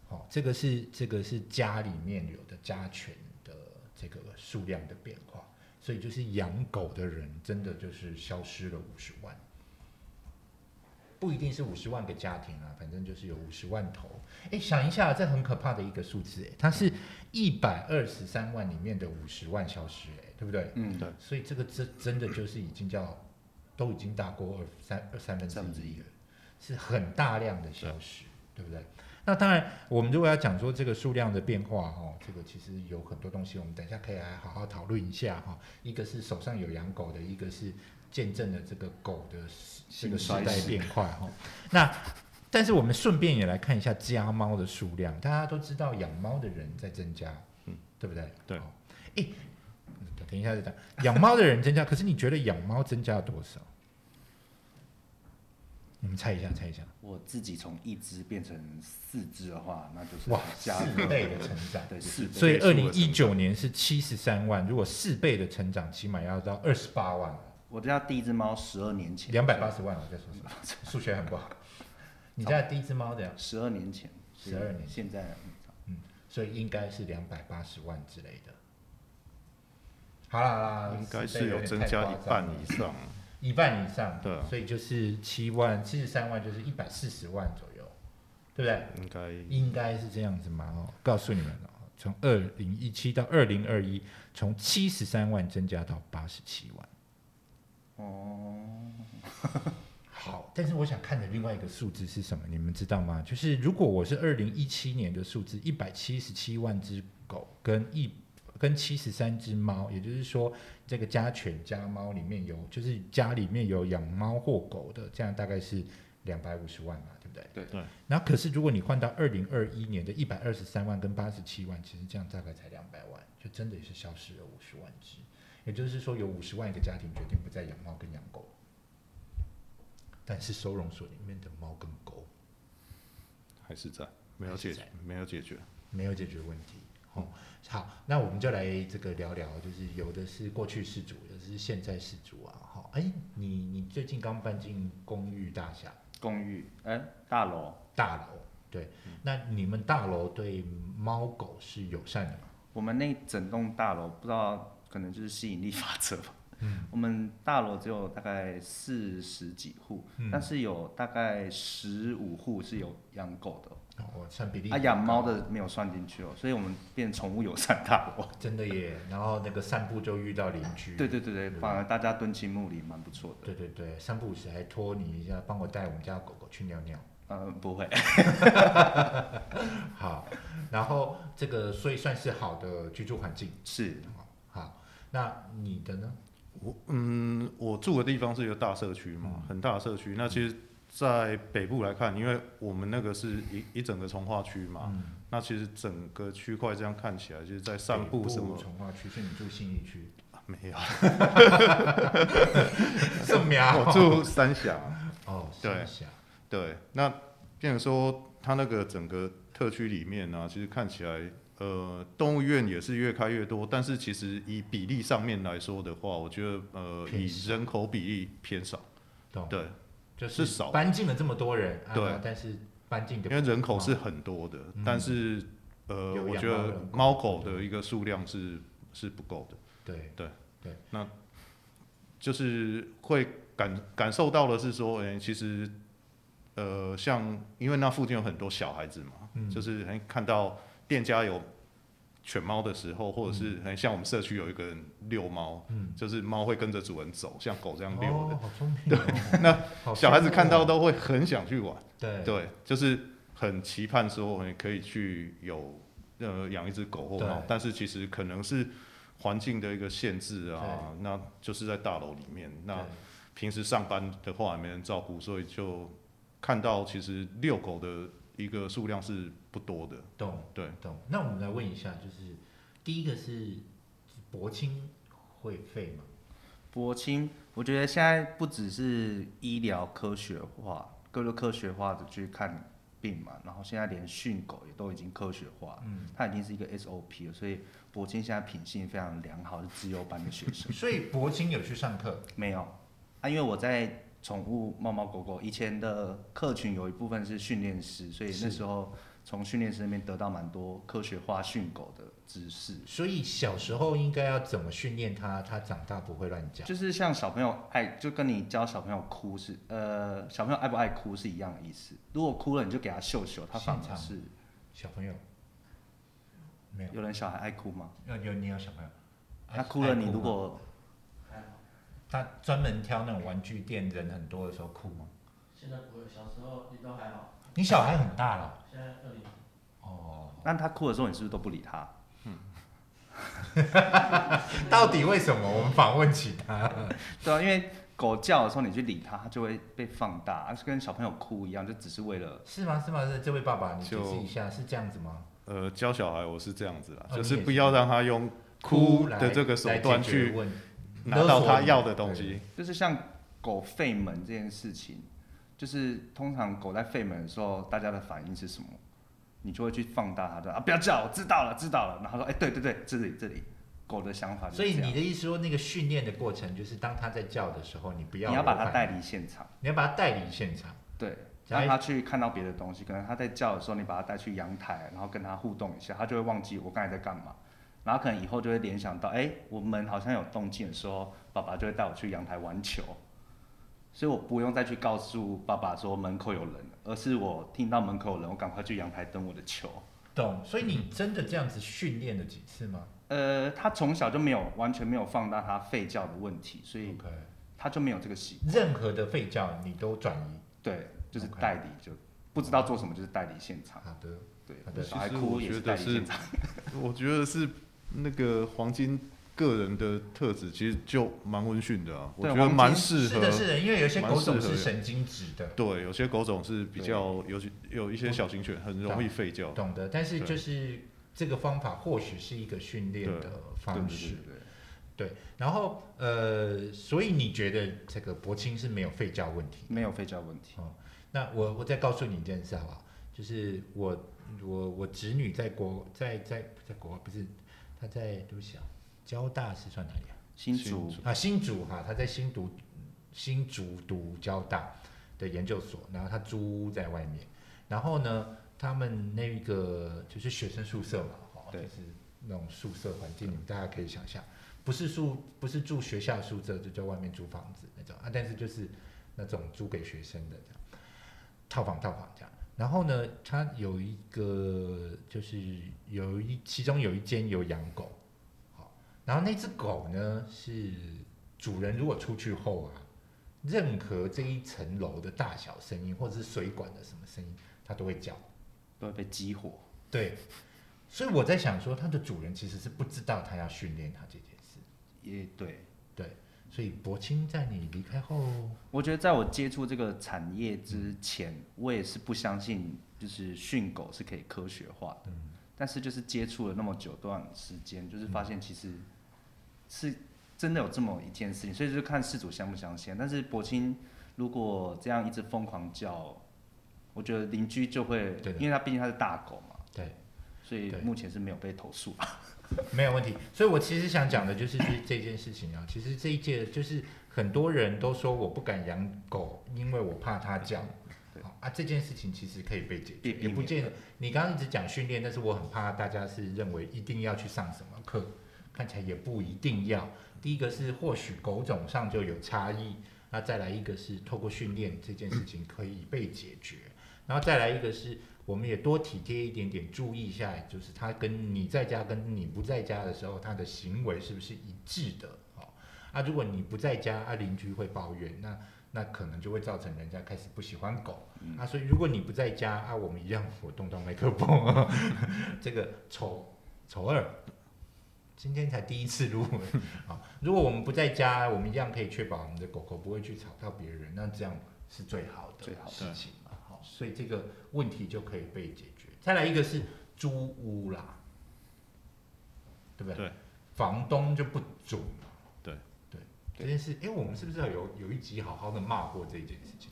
Speaker 1: 好、这个是这个是家里面有的家犬的这个数量的变化，所以就是养狗的人真的就是消失了五十万，不一定是五十万个家庭啊，反正就是有五十万头。哎，想一下，这很可怕的一个数字，哎，它是一百二十三万里面的五十万消失，哎，对不对？
Speaker 3: 嗯，
Speaker 2: 对
Speaker 1: 所以这个真真的就是已经叫都已经大过二三二三分之
Speaker 3: 三分之
Speaker 1: 一
Speaker 3: 一
Speaker 1: 了，是很大量的消失，对不对？那当然，我们如果要讲说这个数量的变化哈、哦，这个其实有很多东西，我们等一下可以来好好讨论一下哈、一个是手上有养狗的，一个是见证了这个狗的这个时
Speaker 3: 兴衰
Speaker 1: 代
Speaker 3: 史
Speaker 1: 变化哈、那但是我们顺便也来看一下家猫的数量，大家都知道养猫的人在增加，嗯
Speaker 2: 嗯，
Speaker 1: 对不对？
Speaker 2: 对
Speaker 1: 好。哎、等等一下再讲，养猫的人增加，可是你觉得养猫增加了多少？你们猜一下，猜一下。
Speaker 3: 我自己从一只变成四只的话，那就是
Speaker 1: 哇，
Speaker 3: 加
Speaker 1: 四倍的成长。
Speaker 3: 对四倍，
Speaker 1: 所以
Speaker 2: 倍
Speaker 1: 二
Speaker 2: 数
Speaker 1: 零
Speaker 2: 的
Speaker 1: 一
Speaker 2: 成
Speaker 1: 九年是七十三万，如果四倍的成长，起码要到二十八万，
Speaker 3: 我家第一只猫十二年前，
Speaker 1: 两百八十万。我在说什么？数学很不 好。你家的第一只猫的，
Speaker 3: 十二年前，
Speaker 1: 12年前
Speaker 3: 现在嗯
Speaker 1: 所以应该是两百八十万之类的。好啦好啦，
Speaker 2: 应该
Speaker 1: 四倍
Speaker 2: 是有
Speaker 1: 点
Speaker 2: 增
Speaker 1: 太
Speaker 2: 加
Speaker 1: 夸
Speaker 2: 一
Speaker 1: 张
Speaker 2: 半
Speaker 1: 了
Speaker 2: 以上，
Speaker 1: 一半以上，
Speaker 2: 对啊
Speaker 1: 所以就是七万七十三万，就是一百四十万左右，对不对？
Speaker 2: 应该
Speaker 1: 应该是这样子嘛哦，告诉你们哦，从二零一七到二零二一，从七十三万增加到八十七万。
Speaker 3: 哦，
Speaker 1: 好，但是我想看的另外一个数字是什么？你们知道吗？就是如果我是二零一七年的数字，一百七十七万只狗跟一跟七十三只猫，也就是说，这个家犬家猫里面有，就是家里面有养猫或狗的，这样大概是两百五十万嘛，对不对？
Speaker 3: 对
Speaker 2: 对。
Speaker 1: 然后可是如果你换到二零二一年的一百二十三万跟八十七万，其实这样大概才两百万，就真的也是消失了五十万只。也就是说，有五十万个家庭决定不再养猫跟养狗，但是收容所里面的猫跟狗
Speaker 2: 还是在没有解
Speaker 1: 还
Speaker 2: 决，没有解决。
Speaker 1: 没有解决问题。哦，好，那我们就来这个聊聊，就是有的是过去事主，有的是现在事主啊。哈、哎，你你最近刚搬进公寓大厦
Speaker 3: 公寓哎大楼，
Speaker 1: 大楼，对，那你们大楼对猫狗是友善的吗？
Speaker 3: 我们那整栋大楼不知道可能就是吸引力法则吧。我们大楼只有大概四十几户，
Speaker 1: 嗯
Speaker 3: 但是有大概十五户是有养狗的，
Speaker 1: 哦，我算比例
Speaker 3: 啊，养猫的没有算进去哦，所以我们变宠物友善大楼。
Speaker 1: 真的耶，然后那个散步就遇到邻居，
Speaker 3: 对对对对，反而大家蹲亲睦邻，蛮不错的。
Speaker 1: 对对对，三不五时还托你一下，帮我带我们家狗狗去尿尿。
Speaker 3: 呃，不会，
Speaker 1: 好，然后这个所以算是好的居住环境。
Speaker 3: 是
Speaker 1: 好，那你的呢？
Speaker 2: 我嗯，我住的地方是一个大社区嘛，
Speaker 1: 嗯
Speaker 2: 很大的社区。那其实，在北部来看，因为我们那个是一一整个从化区嘛，
Speaker 1: 嗯，
Speaker 2: 那其实整个区块这样看起来，就是在散步什么
Speaker 1: 从化区，所以你住信义区，
Speaker 2: 没有，
Speaker 1: 这么妙
Speaker 2: 我住三峡。
Speaker 1: 啊哦，
Speaker 2: 对
Speaker 1: 三峡
Speaker 2: 啊对，那变成说它那个整个特区里面呢、其实看起来呃，动物园也是越开越多，但是其实以比例上面来说的话，我觉得呃，
Speaker 1: 偏
Speaker 2: 以
Speaker 1: 少
Speaker 2: 人口比例偏少，
Speaker 1: 懂？
Speaker 2: 对，
Speaker 1: 就是是
Speaker 2: 少
Speaker 1: 搬进了这么多人，啊
Speaker 2: 对
Speaker 1: 但是搬进的
Speaker 2: 因为人口是很多的，
Speaker 1: 嗯
Speaker 2: 但是呃，
Speaker 1: 有
Speaker 2: 我
Speaker 1: 养
Speaker 2: 觉
Speaker 1: 猫
Speaker 2: 得
Speaker 1: 人口
Speaker 2: 猫狗的一个数量是是不够的，
Speaker 1: 对
Speaker 2: 就是会感感受到的是说，哎、其实呃，像因为那附近有很多小孩子嘛，
Speaker 1: 嗯
Speaker 2: 就是哎看到店家有犬猫的时候，或者是哎像我们社区有一个人遛猫，
Speaker 1: 嗯，
Speaker 2: 就是猫会跟着主人走，像狗这样遛的。
Speaker 1: 哦，好聪 明哦。那
Speaker 2: 小孩子看到都会很想去玩，
Speaker 1: 对
Speaker 2: 对，就是很期盼说我们可以去有呃养一只狗或猫
Speaker 1: 对，
Speaker 2: 但是其实可能是环境的一个限制啊，那就是在大楼里面，那
Speaker 1: 对
Speaker 2: 平时上班的话也没人照顾，所以就看到其实遛狗的一个数量是不多的，
Speaker 1: 懂
Speaker 2: 对
Speaker 1: 懂。那我们来问一下，就是第一个是铂金会费嘛？
Speaker 3: 铂金，我觉得现在不只是医疗科学化，更多科学化的去看病嘛，然后现在连训狗也都已经科学化，
Speaker 1: 嗯，
Speaker 3: 它已经是一个 SOP 了，所以铂金现在品性非常良好，是资优班的学生。
Speaker 1: 所以铂金有去上课，
Speaker 3: 没有啊，因为我在宠物猫猫狗狗以前的客群有一部分是训练师，所以那
Speaker 1: 是
Speaker 3: 时候从训练师那边得到蛮多科学化训狗的知识。
Speaker 1: 所以小时候应该要怎么训练它，它长大不会乱讲。
Speaker 3: 就是像小朋友爱，就跟你教小朋友哭是，呃，小朋友爱不爱哭是一样的意思。如果哭了，你就给他秀秀，他反
Speaker 1: 现
Speaker 3: 而
Speaker 1: 场
Speaker 3: 是
Speaker 1: 小朋友没有，
Speaker 3: 有人小孩爱哭吗？
Speaker 1: 有有你有小朋友，
Speaker 3: 他哭了，
Speaker 1: 爱
Speaker 3: 你如
Speaker 1: 吗
Speaker 3: 果
Speaker 1: 他专门挑那种玩具店人很多的时候哭吗？
Speaker 5: 现在不会，小时候你都还好，
Speaker 1: 你小孩很大了
Speaker 5: 现在二零
Speaker 1: 哦，
Speaker 3: 那他哭的时候，你是不是都不理他？
Speaker 1: 到底为什么？我们访问起他，
Speaker 3: 对啊，因为狗叫的时候你去理它，它就会被放大，啊就跟小朋友哭一样，就只是为了
Speaker 1: 是吗？是吗？是这位爸爸，你解
Speaker 2: 就
Speaker 1: 释一下是这样子吗？
Speaker 2: 呃，教小孩我是这样子啦，
Speaker 1: 哦
Speaker 2: 就是
Speaker 1: 你也
Speaker 2: 不
Speaker 1: 是
Speaker 2: 要让他用哭
Speaker 1: 来
Speaker 2: 的这个手
Speaker 1: 来解
Speaker 2: 段
Speaker 1: 决
Speaker 2: 去
Speaker 1: 问
Speaker 2: 拿到
Speaker 1: 勒索
Speaker 2: 他
Speaker 1: 你
Speaker 2: 要的东西，
Speaker 3: 就是像狗吠门这件事情，就是通常狗在吠门的时候，大家的反应是什么？你就会去放大它的啊，不要叫，我知道了，知道了。然后说，哎、对对对，这里这里，狗的想啊法就
Speaker 1: 所
Speaker 3: 是
Speaker 1: 以
Speaker 3: 这样
Speaker 1: 你的意思说，那个训练的过程就是当他在叫的时候，你不要
Speaker 3: 你要把它
Speaker 1: 有反
Speaker 3: 带离现场，
Speaker 1: 应，你要把他带离现场，
Speaker 3: 对，
Speaker 1: 然
Speaker 3: 让
Speaker 1: 后
Speaker 3: 它去看到别的东西。可能它在叫的时候，你把它带去阳台，然后跟它互动一下，它就会忘记我刚才在干嘛。然后可能以后就会联想到，哎、我们好像有动静的时候，爸爸就会带我去阳台玩球。所以我不用再去告诉爸爸说门口有人，而是我听到门口有人，我赶快去阳台等我的球。
Speaker 1: 懂？所以你真的这样子训练了几次吗
Speaker 3: 呃，他从小就没有完全没有放大他吠叫的问题，所以
Speaker 1: ？OK，
Speaker 3: 他就没有这个习。
Speaker 1: 任何的吠叫你都转移。
Speaker 3: 对，就是
Speaker 1: OK
Speaker 3: 代理就不知道做什么，就是代理现场。
Speaker 1: 好的，
Speaker 3: 对
Speaker 1: 好，的
Speaker 3: 小孩
Speaker 2: 其实
Speaker 3: 哭
Speaker 2: 我
Speaker 3: 也
Speaker 2: 觉
Speaker 3: 是
Speaker 2: 得
Speaker 3: 代理
Speaker 2: 是
Speaker 3: 现场。
Speaker 2: 我觉得是那个黄金个人的特质，其实就蛮温驯的啊，我
Speaker 3: 对
Speaker 2: 觉得
Speaker 3: 黄
Speaker 2: 蛮
Speaker 3: 金
Speaker 2: 适
Speaker 1: 是
Speaker 2: 合。
Speaker 1: 的，是的，因为有些狗种
Speaker 2: 蛮适合
Speaker 1: 是
Speaker 2: 的
Speaker 1: 神经质的，
Speaker 2: 对，有些狗种是比较，尤其有一些小型犬很容易吠叫。
Speaker 1: 懂得，但是
Speaker 2: 对
Speaker 1: 就是这个方法或许是一个训练
Speaker 2: 对
Speaker 1: 的
Speaker 3: 对
Speaker 1: 方
Speaker 3: 对
Speaker 1: 式
Speaker 3: 对。对，
Speaker 1: 然后呃，所以你觉得这个柏青是没有吠叫问题？
Speaker 3: 没有吠叫问题。
Speaker 1: 哦那我我再告诉你一件事好不好？就是我我我侄女在国在在在国外不是她在对不起啊，交大是算哪里啊？
Speaker 3: 新
Speaker 2: 新
Speaker 3: 竹
Speaker 2: 竹
Speaker 1: 啊，新竹哈、他在新竹新竹读交大的研究所，然后他租屋在外面，然后呢，他们那个就是学生宿舍嘛，哦，就
Speaker 3: 对
Speaker 1: 是那种宿舍环境，你们大家可以想象，不是住不是住学校宿舍，就在外面租房子那种啊，但是就是那种租给学生的这样，套房套房这样。然后呢，他有一个就是有一其中有一间有养狗，好，然后那只狗呢是主人如果出去后啊，任何这一层楼的大小声音或者是水管的什么声音，它都会叫。
Speaker 3: 都会被激活。
Speaker 1: 对，所以我在想说，它的主人其实是不知道它要训练它这件事。
Speaker 3: 也对，
Speaker 1: 所以柏青在你离开后，
Speaker 3: 我觉得在我接触这个产业之前，我也是不相信就是训狗是可以科学化的，
Speaker 1: 嗯
Speaker 3: 但是就是接触了那么久段时间，就是发
Speaker 1: 嗯
Speaker 3: 现其实是真的有这么一件事情，所以就是看事主相不相信。但是柏青如果这样一直疯狂叫，我觉得邻居就会
Speaker 1: 对，的
Speaker 3: 因为他毕竟他是大狗嘛，
Speaker 1: 对，
Speaker 3: 所以
Speaker 1: 对
Speaker 3: 目前是没有被投诉啊。
Speaker 1: 没有问题。所以我其实想讲的就是这这件事情啊，其实这一届就是很多人都说我不敢养狗，因为我怕它叫。
Speaker 3: 对
Speaker 1: 好啊，这件事情其实可以被解决，
Speaker 3: 避
Speaker 1: 也不
Speaker 3: 避免
Speaker 1: 见你刚刚一直讲训练，但是我很怕大家是认为一定要去上什么课，看起来也不一定要。第一个是或许狗种上就有差异，那再来一个是透过训练这件事情可以被解决，然后再来一个是我们也多体贴一点点，注意一下，就是他跟你在家跟你不在家的时候，他的行为是不是一致的哦。啊，如果你不在家，啊邻居会抱怨，那那可能就会造成人家开始不喜欢狗。
Speaker 3: 嗯
Speaker 1: 啊，所以如果你不在家啊，我们一样，我动动麦克风、 啊，这个丑丑二，今天才第一次录啊。如果我们不在家，我们一样可以确保我们的狗狗不会去吵到别人，那这样是最好的
Speaker 3: 最好的
Speaker 1: 事情嘛。好，所以这个问题就可以被解决。再来一个是租屋啦，对不对？
Speaker 2: 对
Speaker 1: 房东就不准嘛。
Speaker 2: 对
Speaker 1: 对，这
Speaker 3: 对
Speaker 1: 件事，哎，我们是不是要有有一集好好的骂过这件 事情？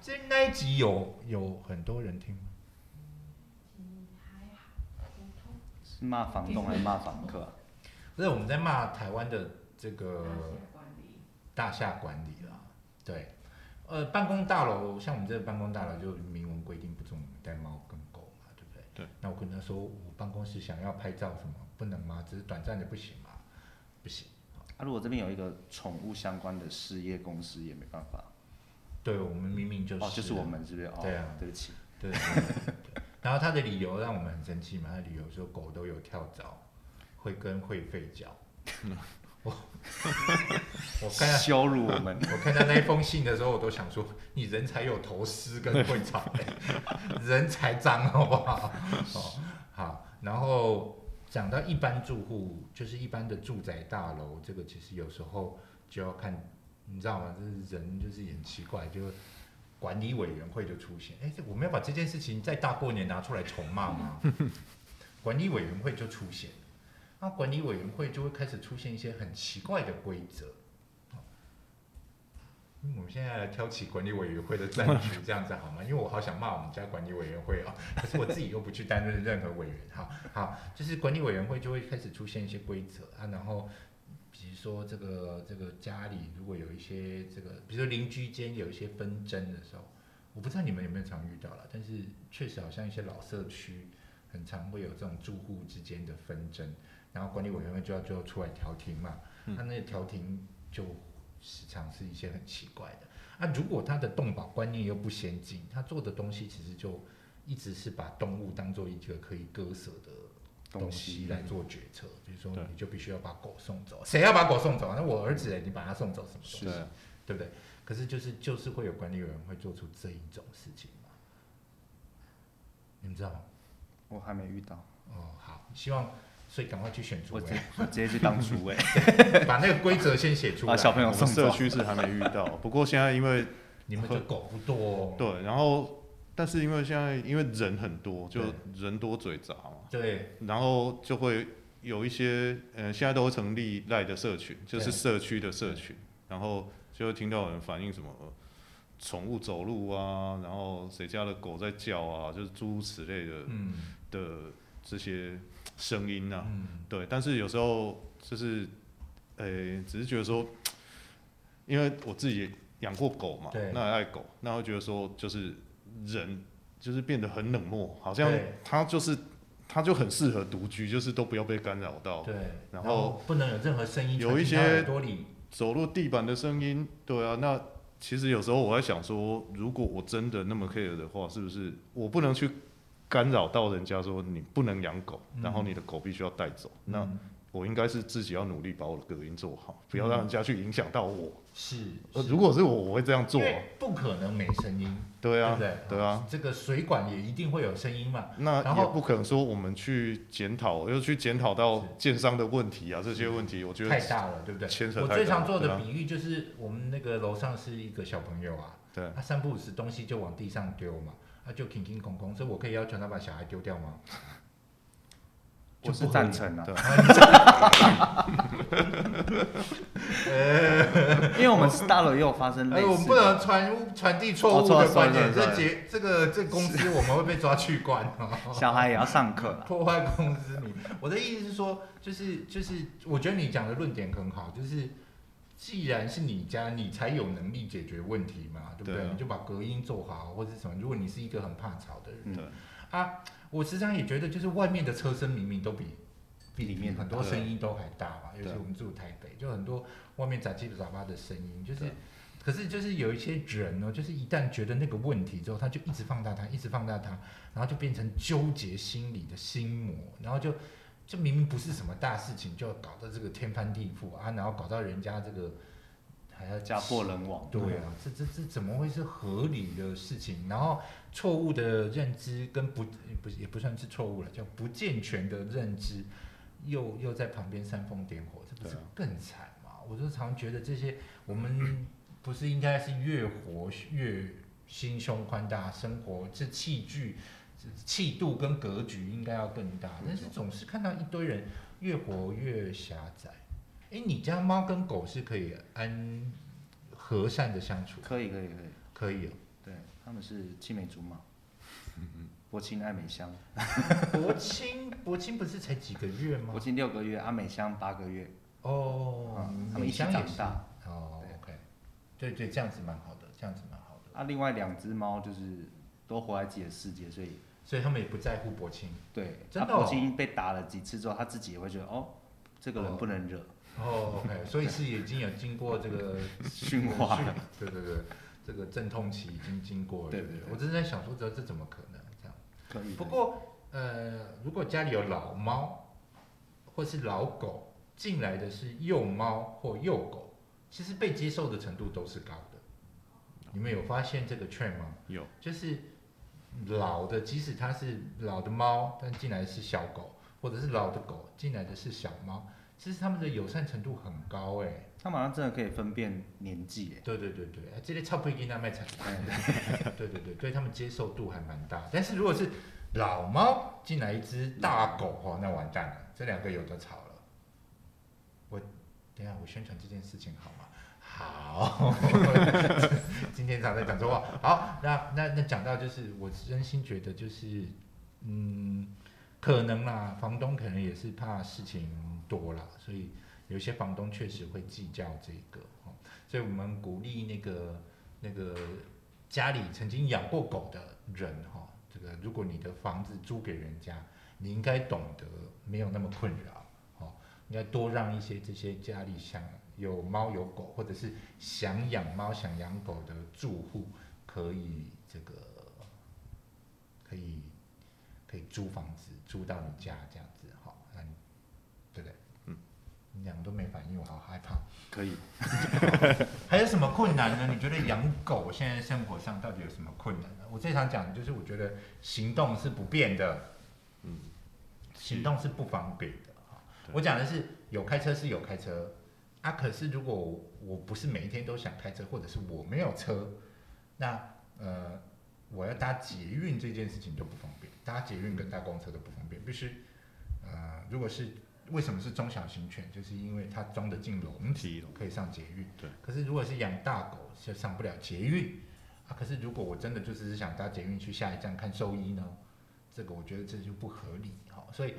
Speaker 1: 这那一集有有很多人听吗？
Speaker 4: 嗯，还好，普通。
Speaker 3: 是骂房东还是骂房客啊？
Speaker 1: 不是我们在骂台湾的这个
Speaker 4: 大厦管理，
Speaker 1: 大厦管理啦，对，呃，办公大楼像我们这个办公大楼就明文规定不准我们带猫跟狗嘛，对不对？
Speaker 2: 对。
Speaker 1: 那我跟他说，我办公室想要拍照什么不能吗？只是短暂的不行吗？不行。
Speaker 3: 啊，如果这边有一个宠物相关的事业公司也没办法。
Speaker 1: 对，我们明明就是、啊
Speaker 3: 哦，就是我们是不是？哦，
Speaker 1: 对啊
Speaker 3: 对不起。
Speaker 1: 对。对对对然后他的理由让我们很生气嘛，他的理由说狗都有跳蚤，会跟会吠 叫。我 我看到，
Speaker 3: 羞辱我们
Speaker 1: 我看到那一封信的时候，我都想说，你人才有头丝跟会长、人才脏好不好？哦，好。然后讲到一般住户，就是一般的住宅大楼，这个其实有时候就要看，你知道吗？就是人就是也很奇怪，就管理委员会就出现，哎，这我们要把这件事情在大过年拿出来重骂吗？ 管理委员会就出现，那管理委员会就会开始出现一些很奇怪的规则。嗯我们现在来挑起管理委员会的战局，这样子好吗？因为我好想骂我们家管理委员会哦， 可是我自己又不去担任任何委员。好好，就是管理委员会就会开始出现一些规则啊，然后比如说这个这个家里如果有一些这个，比如说邻居间有一些纷争的时候，我不知道你们有没有常遇到啦，但是确实好像一些老社区很常会有这种住户之间的纷争，然后管理委员会就要就要出来调停嘛，他、
Speaker 2: 嗯
Speaker 1: 那个调停就时常是一些很奇怪的。啊，如果他的动保观念又不先进，他做的东西其实就一直是把动物当做一个可以割舍的东
Speaker 3: 东
Speaker 1: 西
Speaker 3: 西
Speaker 1: 来做决策。比如说，
Speaker 2: 对
Speaker 1: 你就必须要把狗送走，谁要把狗送走啊？那我儿子欸，你把他送走什么东西？
Speaker 2: 对啊，
Speaker 1: 对不对？可是就是就是会有管理委员会做出这一种事情嘛，你们知道吗？
Speaker 3: 我还没遇到，
Speaker 1: 哦，好，希望所以赶快去选主
Speaker 3: 我
Speaker 1: 委
Speaker 3: 直，接我直接去当主委，
Speaker 1: 把那个规则先写出来。
Speaker 3: 把小朋
Speaker 2: 我
Speaker 3: 友
Speaker 2: 们
Speaker 3: 送
Speaker 2: 社
Speaker 3: 走。
Speaker 2: 区是还没遇 到，不过现在因为
Speaker 1: 你们这狗不多、哦，
Speaker 2: 对，然后但是因为现在因为人很多，就
Speaker 1: 对
Speaker 2: 人多嘴杂嘛，
Speaker 1: 对
Speaker 2: 然后就会有一些呃，现在都会成立赖的社群，就是
Speaker 1: 对
Speaker 2: 社区的社群，然后就会听到有人反映什么。呃宠物走路啊，然后谁家的狗在叫啊，就是诸如此类的
Speaker 1: 嗯
Speaker 2: 的这些声音啊，
Speaker 1: 嗯，
Speaker 2: 对，但是有时候就是，呃、只是觉得说，因为我自己也养过狗嘛
Speaker 1: 对，
Speaker 2: 那也爱狗，那会觉得说，就是人就是变得很冷漠，好像
Speaker 1: 对
Speaker 2: 它就是它就很适合独居，就是都不要被干扰到，
Speaker 1: 对，
Speaker 2: 哦然后
Speaker 1: 不能有任何声音传
Speaker 2: 有一
Speaker 1: 进他
Speaker 2: 些
Speaker 1: 耳朵里，
Speaker 2: 走路地板的声音，对啊，那其实有时候我在想说，如果我真的那么 care 的话，是不是我不能去干扰到人家说你不能养狗，然后你的狗必须要带走，那。
Speaker 1: 嗯
Speaker 2: 我应该是自己要努力把我的隔音做好，不要让人家去影响到我。
Speaker 1: 是，
Speaker 2: 呃，
Speaker 1: 嗯是
Speaker 2: 如果是我，我会这样做
Speaker 1: 因。为不可能没声音，
Speaker 2: 对啊
Speaker 1: 不，对？哦
Speaker 2: 对啊，
Speaker 1: 这个水管也一定会有声音嘛，然
Speaker 2: 那也
Speaker 1: 后
Speaker 2: 不可能说我们去检讨，又去检讨到
Speaker 1: 是
Speaker 2: 建商的问题啊，这些问题，我觉
Speaker 1: 太
Speaker 2: 得
Speaker 1: 大了，对不对？
Speaker 2: 牵扯
Speaker 1: 我
Speaker 2: 太
Speaker 1: 最
Speaker 2: 大
Speaker 1: 常
Speaker 2: 了
Speaker 1: 做
Speaker 2: 对
Speaker 1: 的
Speaker 2: 啊
Speaker 1: 比喻就是，我们那个楼上是一个小朋友啊，
Speaker 2: 对
Speaker 1: 他三不五时东西就往地 啊上丢嘛，他就停停空空，所以我可以要求他把小孩丢掉吗？
Speaker 3: 我是赞成啊，
Speaker 2: 对，
Speaker 3: 因为我们是大楼也有发生类
Speaker 1: 哎，
Speaker 3: 似的。
Speaker 1: 我们不
Speaker 2: 啊
Speaker 1: 能传传递错
Speaker 3: 哦
Speaker 1: 误
Speaker 3: 错
Speaker 1: 的
Speaker 3: 了
Speaker 1: 观点，
Speaker 3: 错了
Speaker 1: 这节这个这公司我们会被抓去关哦。
Speaker 3: 小孩也要上课啦。
Speaker 1: 破坏公司名。我的意思是说，就是就是，我觉得你讲的论点很好，就是既然是你家，你才有能力解决问题嘛，对不对？
Speaker 2: 对啊
Speaker 1: 你就把隔音做好或者什么。如果你是一个很怕吵的人，
Speaker 3: 嗯
Speaker 2: 对
Speaker 1: 啊，我时常也觉得，就是外面的车声明明都比。比
Speaker 3: 里面
Speaker 1: 比很多
Speaker 2: 对啊
Speaker 1: 声音都还大嘛，尤其
Speaker 2: 对啊
Speaker 1: 我们住台北，就很多外面杂七杂八的声音，就是
Speaker 2: 对，
Speaker 1: 可是就是有一些人呢，就是一旦觉得那个问题之后，他就一直放大它，一直放大它，然后就变成纠结心理的心魔，然后就就明明不是什么大事情，就搞到这个天翻地覆啊，然后搞到人家这个还要
Speaker 3: 家破人亡。
Speaker 1: 对啊，这这这怎么会是合理的事情？然后错误的认知跟不不也不算是错误了，叫不健全的认知，又又在旁边煽风点火，这不是
Speaker 2: 对啊
Speaker 1: 更惨吗？我就常觉得这些我们不是应该是越活越心胸宽大，生活这器具、这气度跟格局应该要更大，但是总是看到一堆人越活越狭窄。哎，你家猫跟狗是可以安和善的相处，
Speaker 3: 可以可以可以，
Speaker 1: 可以哦。
Speaker 3: 对，他们是青梅竹马，薄青爱美香，
Speaker 1: 柏青，柏青不是才几个月吗
Speaker 3: 薄？青六个月，阿美香八个月，
Speaker 1: 哦
Speaker 3: 嗯，他们
Speaker 1: 美
Speaker 3: 一起
Speaker 1: 香也
Speaker 3: 长
Speaker 1: 是。
Speaker 3: 大。
Speaker 1: 哦
Speaker 3: 对
Speaker 1: ，OK，对对，这样子蛮好的，这样子蛮好的。
Speaker 3: 啊，另外两只猫就是都活在自己的世界，所以
Speaker 1: 所以他们也不在乎柏青。
Speaker 3: 对，
Speaker 1: 真的
Speaker 3: 啊
Speaker 1: 哦
Speaker 3: 薄青被打了几次之后，他自己也会觉得哦，这个人不能惹，
Speaker 1: 哦，OK，所以是已经有经过这 个
Speaker 3: 驯化了。
Speaker 1: 对对对，这个阵痛期已经经过了。
Speaker 3: 对
Speaker 1: 不
Speaker 3: 对对
Speaker 1: 我真的在想说，这这怎么可能这样？
Speaker 3: 可以。
Speaker 1: 不过，呃，如果家里有老猫或是老狗进来的是幼猫或幼狗，其实被接受的程度都是高的。你们有发现这个券吗？
Speaker 2: 有
Speaker 1: 就是老的，即使它是老的猫，但进来是小狗，或者是老的狗进来的是小猫，其实它们的友善程度很高哎、
Speaker 3: 他马上真的可以分辨年纪耶，
Speaker 1: 对对对对，哎这类差不多跟他卖惨。 对对对，对他们接受度还蛮大。但是如果是老猫进来一只大狗哦，那完蛋了，这两个有的吵了。我等一下我宣传这件事情好吗？好， 今天常在讲错话。好，那那那讲到就是，我真心觉得就是，嗯，可能啦，房东可能也是怕事情多啦，所以有些房东确实会计较这个哦。所以我们鼓励那个那个家里曾经养过狗的人哈、这个如果你的房子租给人家，你应该懂得没有那么困扰哦，应该多让一些这些家里想有猫有狗，或者是想养猫想养狗的住户，可以这个可以可以租房子租到你家这样子哈、那你对不对？
Speaker 2: 嗯，
Speaker 1: 你两个都没反应，我好害怕。
Speaker 3: 可以。
Speaker 1: 还有什么困难呢？你觉得养狗现在生活上到底有什么困难呢？我最常讲的就是，我觉得行动是不便的，
Speaker 2: 嗯，
Speaker 1: 行动是不方便的哈
Speaker 2: 对
Speaker 1: 我讲的是有开车是有开车，啊，可是如果我我不是每一天都想开车，或者是我没有车，那呃，我要搭捷运这件事情就不方便，搭捷运跟搭公车都不方便，必须呃，如果是为什么是中小型犬，就是因为它装得进笼子。
Speaker 2: 提了，
Speaker 1: 可以上捷运。
Speaker 2: 对。
Speaker 1: 可是如果是养大狗，就上不了捷运啊。可是如果我真的就只是想搭捷运去下一站看兽医呢，这个我觉得这就不合理哈、所以，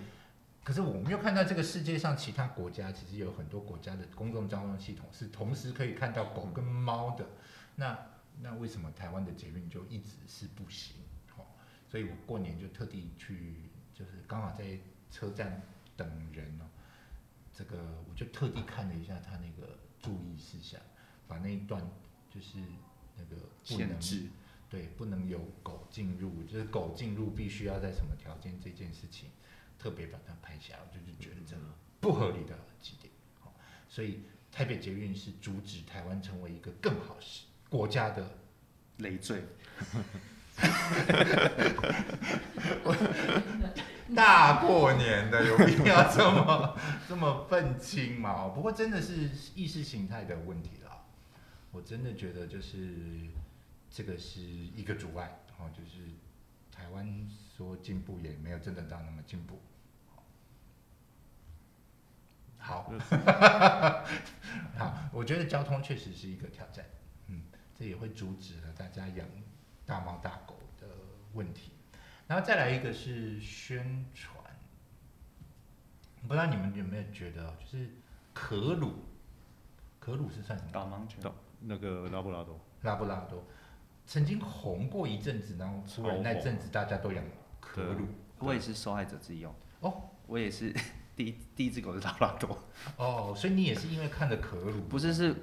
Speaker 1: 可是我们又看到这个世界上其他国家，其实有很多国家的公共交通系统是同时可以看到狗跟猫的。那那为什么台湾的捷运就一直是不行？哦，所以我过年就特地去，就是刚好在车站等人哦。这个我就特地看了一下他那个注意事项，把那一段就是那个不能
Speaker 3: 限制，
Speaker 1: 对，不能有狗进入，就是狗进入必须要在什么条件这件事情，特别把它拍下来，我就是觉得这个不合理的几点。好所以台北捷运是阻止台湾成为一个更好是国家的
Speaker 3: 累赘。
Speaker 1: 大过年的有必要这么 这么愤青吗？不过真的是意识形态的问题啦，我真的觉得就是这个是一个阻碍，哦，就是台湾说进步也没有真的到那么进步，好， 好，我觉得交通确实是一个挑战，嗯，这也会阻止了大家养大猫大狗的问题。然后再来一个是宣传，不知道你们有没有觉得，就是可鲁，可鲁是算什么？
Speaker 3: 导盲犬
Speaker 2: 导那个拉布拉多，
Speaker 1: 拉布拉多曾经红过一阵子，然后突然那阵子大家都养可
Speaker 3: 啊
Speaker 1: 鲁，
Speaker 3: 我也是受害者之一哦。
Speaker 1: 哦，
Speaker 3: 我也是 第一第一只狗是拉布拉多，
Speaker 1: 哦，所以你也是因为看了可鲁，
Speaker 3: 不是是，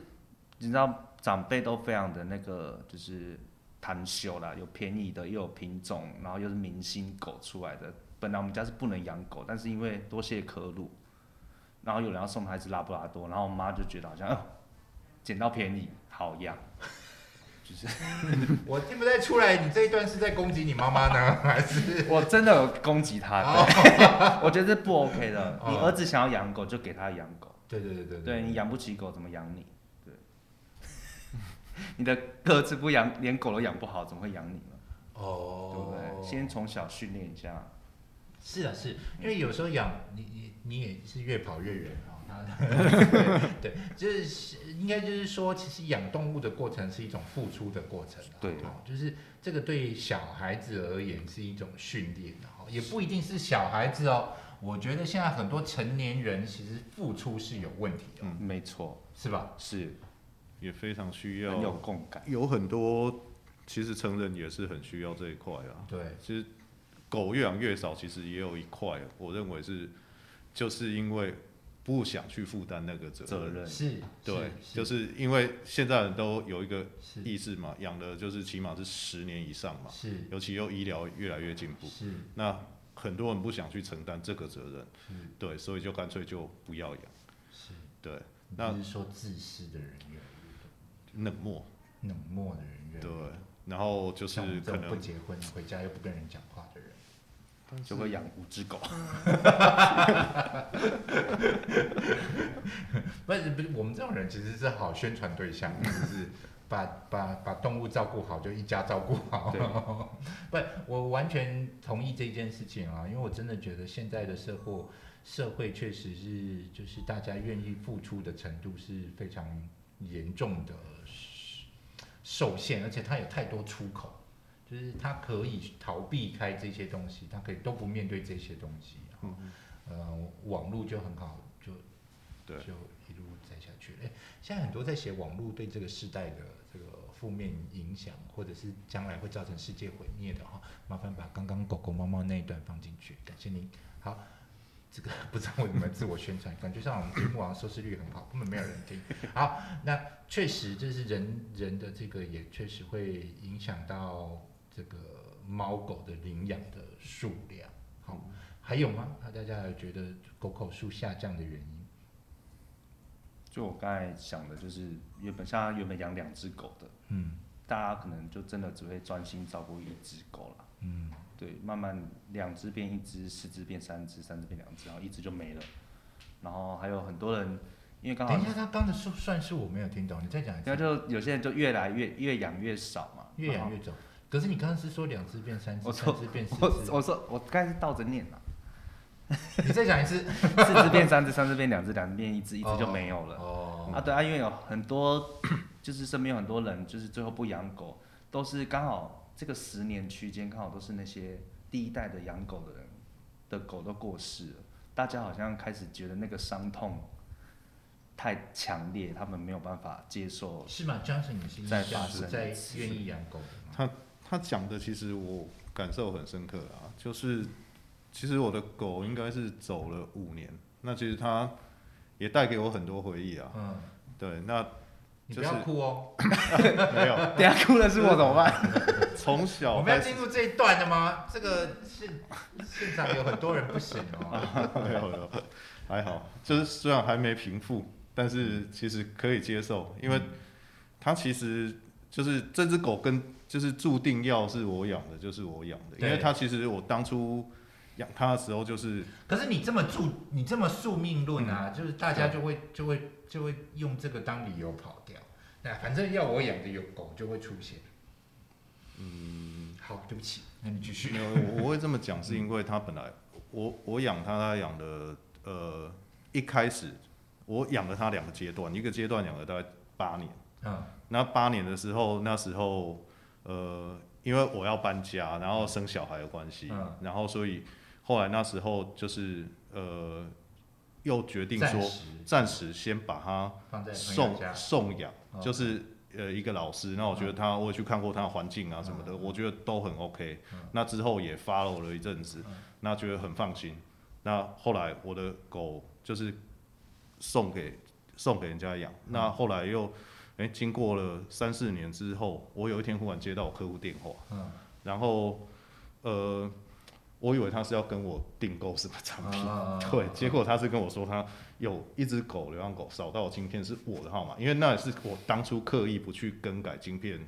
Speaker 3: 你知道长辈都非常的那个就是贪修啦，有便宜的，又有品种，然后又是明星狗出来的。本来我们家是不能养狗，但是因为多谢可鲁，然后有人要送他一只拉布拉多，然后我妈就觉得好像、哦、捡到便宜好养，就是
Speaker 1: 我听不太出来，你这一段是在攻击你妈妈呢， 还是？
Speaker 3: 我真的有攻击他，对，我觉得这不 OK 的。你儿子想要养狗就给他养狗，
Speaker 1: 对对对对
Speaker 3: 对你养不起狗怎么养你？ 对，你的个子不养，连狗都养不好，怎么会养你呢？对不
Speaker 1: 哦，
Speaker 3: 对？先从小训练一下，
Speaker 1: 是啊是，因为有时候养你你你也是越跑越远啊、 对，就是应该就是说，其实养动物的过程是一种付出的过程、啊，
Speaker 3: 对
Speaker 1: 哦，就是这个对小孩子而言是一种训练、啊，哦，也不一定是小孩子哦。我觉得现在很多成年人其实付出是有问题的，
Speaker 2: 嗯
Speaker 3: 没错，
Speaker 1: 是吧？
Speaker 3: 是
Speaker 2: 也非常需
Speaker 3: 很有
Speaker 2: 要，
Speaker 3: 共感，
Speaker 2: 有很多其实成人也是很需要这一块啊。
Speaker 1: 对，
Speaker 2: 其实狗越养越少，其实也有一块，我认为是就是因为不想去负担那个责
Speaker 3: 责任
Speaker 1: 是，
Speaker 2: 对，
Speaker 1: 是
Speaker 2: 就是因为现在人都有一个
Speaker 1: 是
Speaker 2: 意识嘛，养的就是起码是十年以上嘛，
Speaker 1: 是
Speaker 2: 尤其又医疗越来越进步，
Speaker 1: 是
Speaker 2: 那很多人不想去承担这个责任，
Speaker 1: 是
Speaker 2: 对，所以就干脆就不要养，
Speaker 1: 嗯是，
Speaker 2: 对，
Speaker 1: 你
Speaker 2: 那
Speaker 1: 不是说自私的人越来越
Speaker 2: 冷漠，
Speaker 1: 多，冷漠的人越来越
Speaker 2: 对
Speaker 1: 多，，
Speaker 2: 然后就
Speaker 1: 像我
Speaker 2: 是
Speaker 1: 们这
Speaker 2: 可
Speaker 1: 种不
Speaker 2: 能
Speaker 1: 结婚回家又不跟人讲话的人，
Speaker 3: 就会养五只狗。
Speaker 1: 不是不是，我们这种人其实是好宣传对 象，就是把把把动物照顾好，就一家照顾
Speaker 3: 对
Speaker 1: 好。 不，我完全同意这件事情啊，因为我真的觉得现在的社会社会确实是就是大家愿意付出的程度是非常严重的受限，而且它有太多出口，就是它可以逃避开这些东西，它可以都不面对这些东西。啊
Speaker 2: 嗯
Speaker 1: 呃，网络就很好，就
Speaker 2: 对
Speaker 1: 就一路栽下去了。哎，现在很多在写网络对这个世代的这个负面影响，或者是将来会造成世界毁灭的哈，麻烦把刚刚狗狗、猫猫那一段放进去，感谢您。好，这个 不知道为什么自我宣传，感觉上我们节目好像收视率很好，根本没有人听。好，那确实就是人人的这个也确实会影响到这个猫狗的领养的数量。好，还有吗？那大家还觉得狗口数下降的原因？
Speaker 3: 就我刚才想的，就是原本像他原本养两只狗的，
Speaker 1: 嗯
Speaker 3: 大家可能就真的只会专心照顾一只狗啦。
Speaker 1: 嗯，
Speaker 3: 对，慢慢两只变一只，四只变三只，三只变两只，然后一只就没了。然后还有很多人，因为刚好
Speaker 1: 等一，下，他刚的数算数我没有听懂，你再讲一
Speaker 3: 对啊，
Speaker 1: 次。
Speaker 3: 就有些人就越来越越养越少嘛，
Speaker 1: 越
Speaker 3: 然
Speaker 1: 养
Speaker 3: 后
Speaker 1: 越走，可是你刚刚是说两只变三只，
Speaker 3: 我
Speaker 1: 三
Speaker 3: 说
Speaker 1: 只变四
Speaker 3: 我
Speaker 1: 只，
Speaker 3: 我说我刚才是倒着念啊啦，
Speaker 1: 你再讲一次。
Speaker 3: 四只变三只，三只变两只，两只变一只，一只就没有了。
Speaker 1: 哦，
Speaker 3: 啊，对啊，因为有很多， 就是身边有很多人，就是最后不养狗，都是刚好这个十年区间，刚好都是那些第一代的养狗的人的狗都过世了，大家好像开始觉得那个伤痛太强烈，他们没有办法接 受。
Speaker 1: 是吗？Johnson，你是
Speaker 3: 再
Speaker 1: 这样
Speaker 3: 发
Speaker 1: 子
Speaker 3: 生
Speaker 1: 在
Speaker 3: 一次
Speaker 1: 愿意养狗的吗？
Speaker 2: 他讲的其实我感受很深刻啊，就是其实我的狗应该是走了五年，那其实它也带给我很多回忆啊，
Speaker 1: 嗯，
Speaker 2: 对，那
Speaker 1: 你
Speaker 2: 就
Speaker 1: 不要
Speaker 2: 是
Speaker 1: 哭哦。
Speaker 2: 没有
Speaker 3: 等一下哭了是我怎么办？
Speaker 2: 从小
Speaker 1: 我们
Speaker 2: 开
Speaker 1: 要
Speaker 2: 始
Speaker 1: 进入这一段的吗？这个现现场有很多人不行哦。
Speaker 2: 没有没有，还好，就是虽然还没平复，但是其实可以接受，因为它其实就是这只狗跟就是注定要是我养的，就是我养的，因为
Speaker 1: 对
Speaker 2: 它其实我当初养它的时候就是
Speaker 1: 可是你这么注，你这么宿命论
Speaker 2: 嗯
Speaker 1: 啊，就是大家就会就会就会用这个当理由跑掉。那反正要我养的有狗就会出现。嗯，好，对不起，那你继续。
Speaker 2: 没有，我我会这么讲，是因为他本来我我养他，他养的呃一开始我养了它两个阶段，一个阶段养了大概八年。
Speaker 1: 嗯
Speaker 2: 那八年的时候，那时候呃，因为我要搬家，然后生小孩的关系，
Speaker 1: 嗯
Speaker 2: 然后所以后来那时候就是呃，又决定
Speaker 1: 暂
Speaker 2: 说
Speaker 1: 时
Speaker 2: 暂时先把它
Speaker 1: 放在朋友
Speaker 2: 送
Speaker 1: 家，
Speaker 2: 送养，
Speaker 1: 哦
Speaker 2: 就是呃一个老师，那我觉得他、我也去看过他的环境啊什么的，
Speaker 1: 嗯
Speaker 2: 我觉得都很 OK、
Speaker 1: 嗯
Speaker 2: 那之后也 follow 了一阵子，
Speaker 1: 嗯
Speaker 2: 那觉得很放心。那后来我的狗就是送给送给人家养，
Speaker 1: 嗯
Speaker 2: 那后来又哎、诶经过了三四年之后，我有一天忽然接到我客户电话，
Speaker 1: 嗯，
Speaker 2: 然后呃我以为他是要跟我订购什么产品，
Speaker 1: 啊
Speaker 2: 对，结果他是跟我说他有一只狗流浪狗扫到今天是我的号码，因为那也是我当初刻意不去更改晶片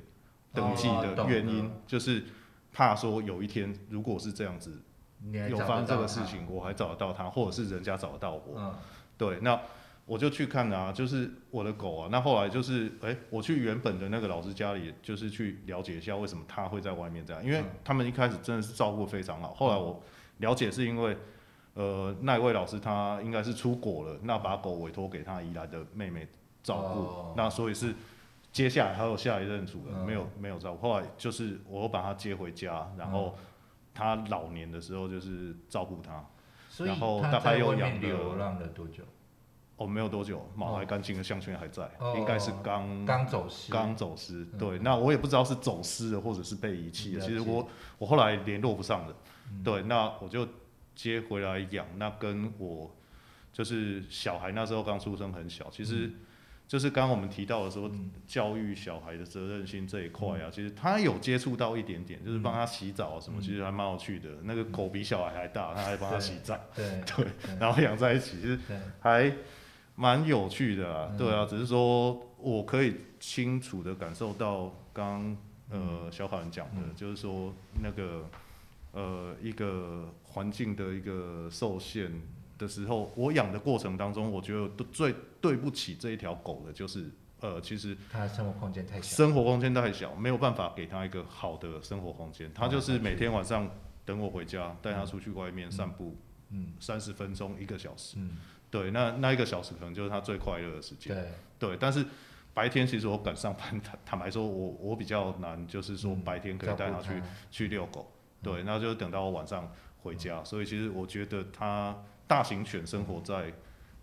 Speaker 2: 登记
Speaker 1: 哦
Speaker 2: 的
Speaker 1: 懂
Speaker 2: 原因，
Speaker 1: 了
Speaker 2: 就是怕说有一天如果是这样子
Speaker 1: 你还
Speaker 2: 有
Speaker 1: 找
Speaker 2: 发生
Speaker 1: 得
Speaker 2: 这
Speaker 1: 到
Speaker 2: 个
Speaker 1: 他
Speaker 2: 事，情，我还找得到他，或者是人家找得到我。
Speaker 1: 嗯
Speaker 2: 对，那我就去看啊，就是我的狗啊。那后来就是，哎、我去原本的那个老师家里，就是去了解一下为什么它会在外面这样，因为
Speaker 1: 嗯
Speaker 2: 他们一开始真的是照顾得非常好。后来我了解是因为，呃，那一位老师他应该是出国了，那把狗委托给他宜兰的妹妹照顾，
Speaker 1: 哦
Speaker 2: 那所以是。接下来还有下一任主人、
Speaker 1: 嗯
Speaker 2: 没有没有照顾，后来就是我又把它接回家，
Speaker 1: 嗯
Speaker 2: 然后他老年的时候就是照顾他，
Speaker 1: 所以
Speaker 2: 然后
Speaker 1: 他
Speaker 2: 大概
Speaker 1: 在
Speaker 2: 又
Speaker 1: 外
Speaker 2: 养
Speaker 1: 面
Speaker 2: 了
Speaker 1: 流浪了多久？
Speaker 2: 哦，没有多久，马来干净的项圈还在，
Speaker 1: 哦
Speaker 2: 应该是刚
Speaker 1: 刚走失，
Speaker 2: 嗯刚走失。
Speaker 1: 嗯
Speaker 2: 对，那我也不知道是走失了，或者是被遗弃了。
Speaker 1: 了
Speaker 2: 其实
Speaker 1: 解
Speaker 2: 我我后来联络不上了，
Speaker 1: 嗯
Speaker 2: 对，那我就接回来养。那跟我就是小孩那时候刚出生很小，其实就是刚刚我们提到的说，
Speaker 1: 嗯
Speaker 2: 教育小孩的责任心这一块啊，其实他有接触到一点点，就是帮他洗澡啊什么，
Speaker 1: 嗯
Speaker 2: 其实还蛮有趣的。那个狗比小孩还大，他还帮他洗澡，
Speaker 1: 对嗯
Speaker 2: 对，
Speaker 1: 对
Speaker 2: 然后养在一起，其实
Speaker 1: 对
Speaker 2: 还蛮有趣的啊
Speaker 1: 嗯，
Speaker 2: 对啊，只是说我可以清楚的感受到刚呃小凯讲的，
Speaker 1: 嗯
Speaker 2: 就是说那个呃一个环境的一个受限的时候，我养的过程当中，我觉得都最对不起这一条狗的就是呃，其实
Speaker 1: 他的生活空间太小，
Speaker 2: 生活空间太小，没有办法给它一个好的生活空间，它
Speaker 1: 哦
Speaker 2: 就是每天晚上等我回家，带它出去外面
Speaker 1: 嗯
Speaker 2: 散步
Speaker 1: 嗯
Speaker 2: 三十分钟一个小时。
Speaker 1: 嗯，
Speaker 2: 对，那那一个小时可能就是他最快乐的时间。
Speaker 1: 对，
Speaker 2: 对，但是白天其实我赶上班，坦坦白说我，我比较难，就是说
Speaker 1: 嗯
Speaker 2: 白天可以带他去、去遛狗。对，那就等到我晚上回
Speaker 1: 嗯
Speaker 2: 家。所以其实我觉得他大型犬生活在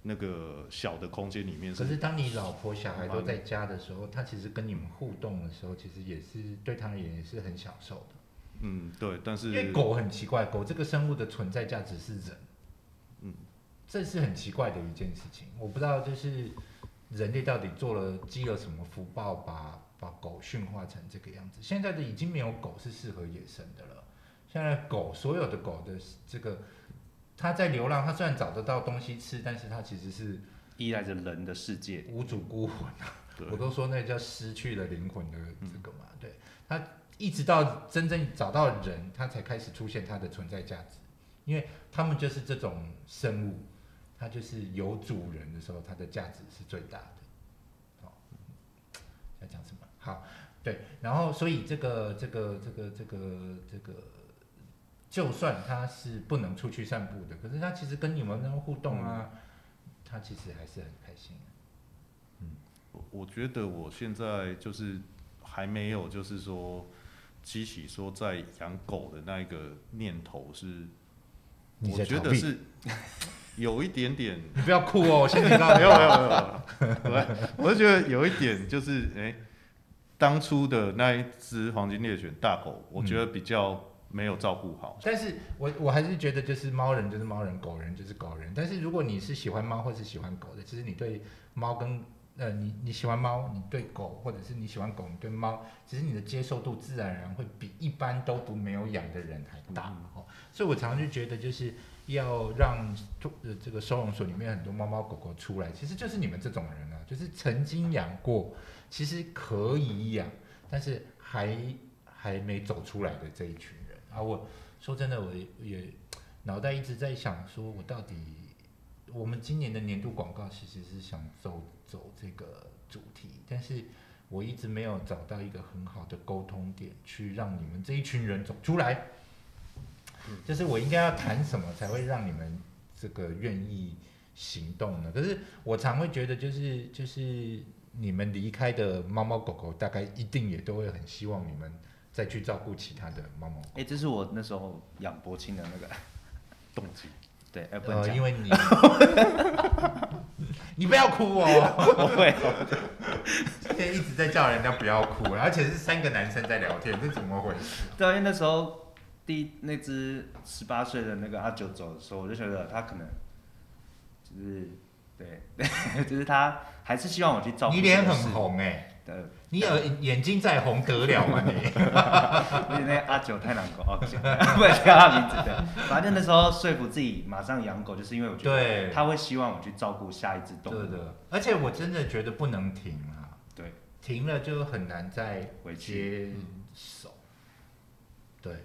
Speaker 2: 那个小的空间里面
Speaker 1: 可
Speaker 2: 是
Speaker 1: 是当你老婆小孩都在家的时候，他其实跟你们互动的时候，其实也是对他而言也是很享受的。
Speaker 2: 嗯对，但
Speaker 1: 因为
Speaker 2: 是
Speaker 1: 狗很奇怪，狗这个生物的存在价值是人，
Speaker 2: 嗯，
Speaker 1: 这是很奇怪的一件事情。我不知道就是人类到底做了积了什么福报把，把狗驯化成这个样子。现在的已经没有狗是适合野生的了，现在狗所有的狗的这个。它在流浪，它虽然找得到东西吃，但是它其实是
Speaker 3: 依赖着人的世界，
Speaker 1: 无主孤魂
Speaker 2: 对嗯
Speaker 1: 我都说那叫失去了灵魂的这个嘛，对他一直到真正找到人，他才开始出现他的存在价值，因为他们就是这种生物，它就是有主人的时候，它的价值是最大的。好、要讲什么？好，对，然后所以这个这个这个这个这个，就算它是不能出去散步的，可是它其实跟你们那种互动啊，
Speaker 2: 嗯
Speaker 1: 它其实还是很开心的。
Speaker 2: 我我觉得我现在就是还没有，就是说激起说在养狗的那一个念头是，
Speaker 1: 你
Speaker 2: 我
Speaker 1: 在
Speaker 2: 觉
Speaker 1: 逃
Speaker 2: 得
Speaker 1: 避
Speaker 2: 是 有一点点。
Speaker 1: 你不要哭哦，我先听到
Speaker 2: 啊没有没有没有，没有我就觉得有一点就是，哎、当初的那一只黄金猎犬大狗，我觉得比较没有照顾好。
Speaker 1: 但是我我还是觉得，就是猫人就是猫人，狗人就是狗人。但是如果你是喜欢猫或是喜欢狗的，其实你对猫跟呃你你喜欢猫，你对狗，或者是你喜欢狗，你对猫，其实你的接受度自然而然会比一般都不没有养的人还大、
Speaker 2: 嗯
Speaker 1: 哦。所以我常常就觉得，就是要让呃这个收容所里面很多猫猫狗狗出来，其实就是你们这种人啊，就是曾经养过，其实可以养，但是还还没走出来的这一群人啊。我说真的，我也也脑袋一直在想，说我到底我们今年的年度广告其实是想走走这个主题，但是我一直没有找到一个很好的沟通点，去让你们这一群人走出来。就是我应该要谈什么才会让你们这个愿意行动呢？可是我常会觉得，就是就是你们离开的猫猫狗狗，大概一定也都会很希望你们再去照顾其他的猫猫。
Speaker 3: 哎、这是我那时候养博清的那个，
Speaker 2: 动机。
Speaker 3: 对，哎、不能
Speaker 1: 呃，
Speaker 3: 讲，
Speaker 1: 因为你， 你不要哭哦，
Speaker 3: 我会，
Speaker 1: 今天一直在叫人家不要哭，而且是三个男生在聊天，这怎么回事？
Speaker 3: 对，因为那时候第那只十八岁的那个阿九走的时候，我就觉得他可能就是对， 就是他还是希望我去照顾。
Speaker 1: 你脸很，红哎、
Speaker 3: 对，
Speaker 1: 你眼眼睛再红得了吗 你？
Speaker 3: 因为那个阿九太难搞哦，不行 不能叫他名字对。反正那时候说服自己马上养狗，就是因为我觉得
Speaker 1: 对，
Speaker 3: 他会希望我去照顾下一只动
Speaker 1: 对
Speaker 3: 物，
Speaker 1: 的，而且我真的觉得不能停啊，
Speaker 3: 对，
Speaker 1: 停了就很难再
Speaker 3: 回
Speaker 1: 接
Speaker 3: 去。
Speaker 2: 嗯
Speaker 1: 手。对，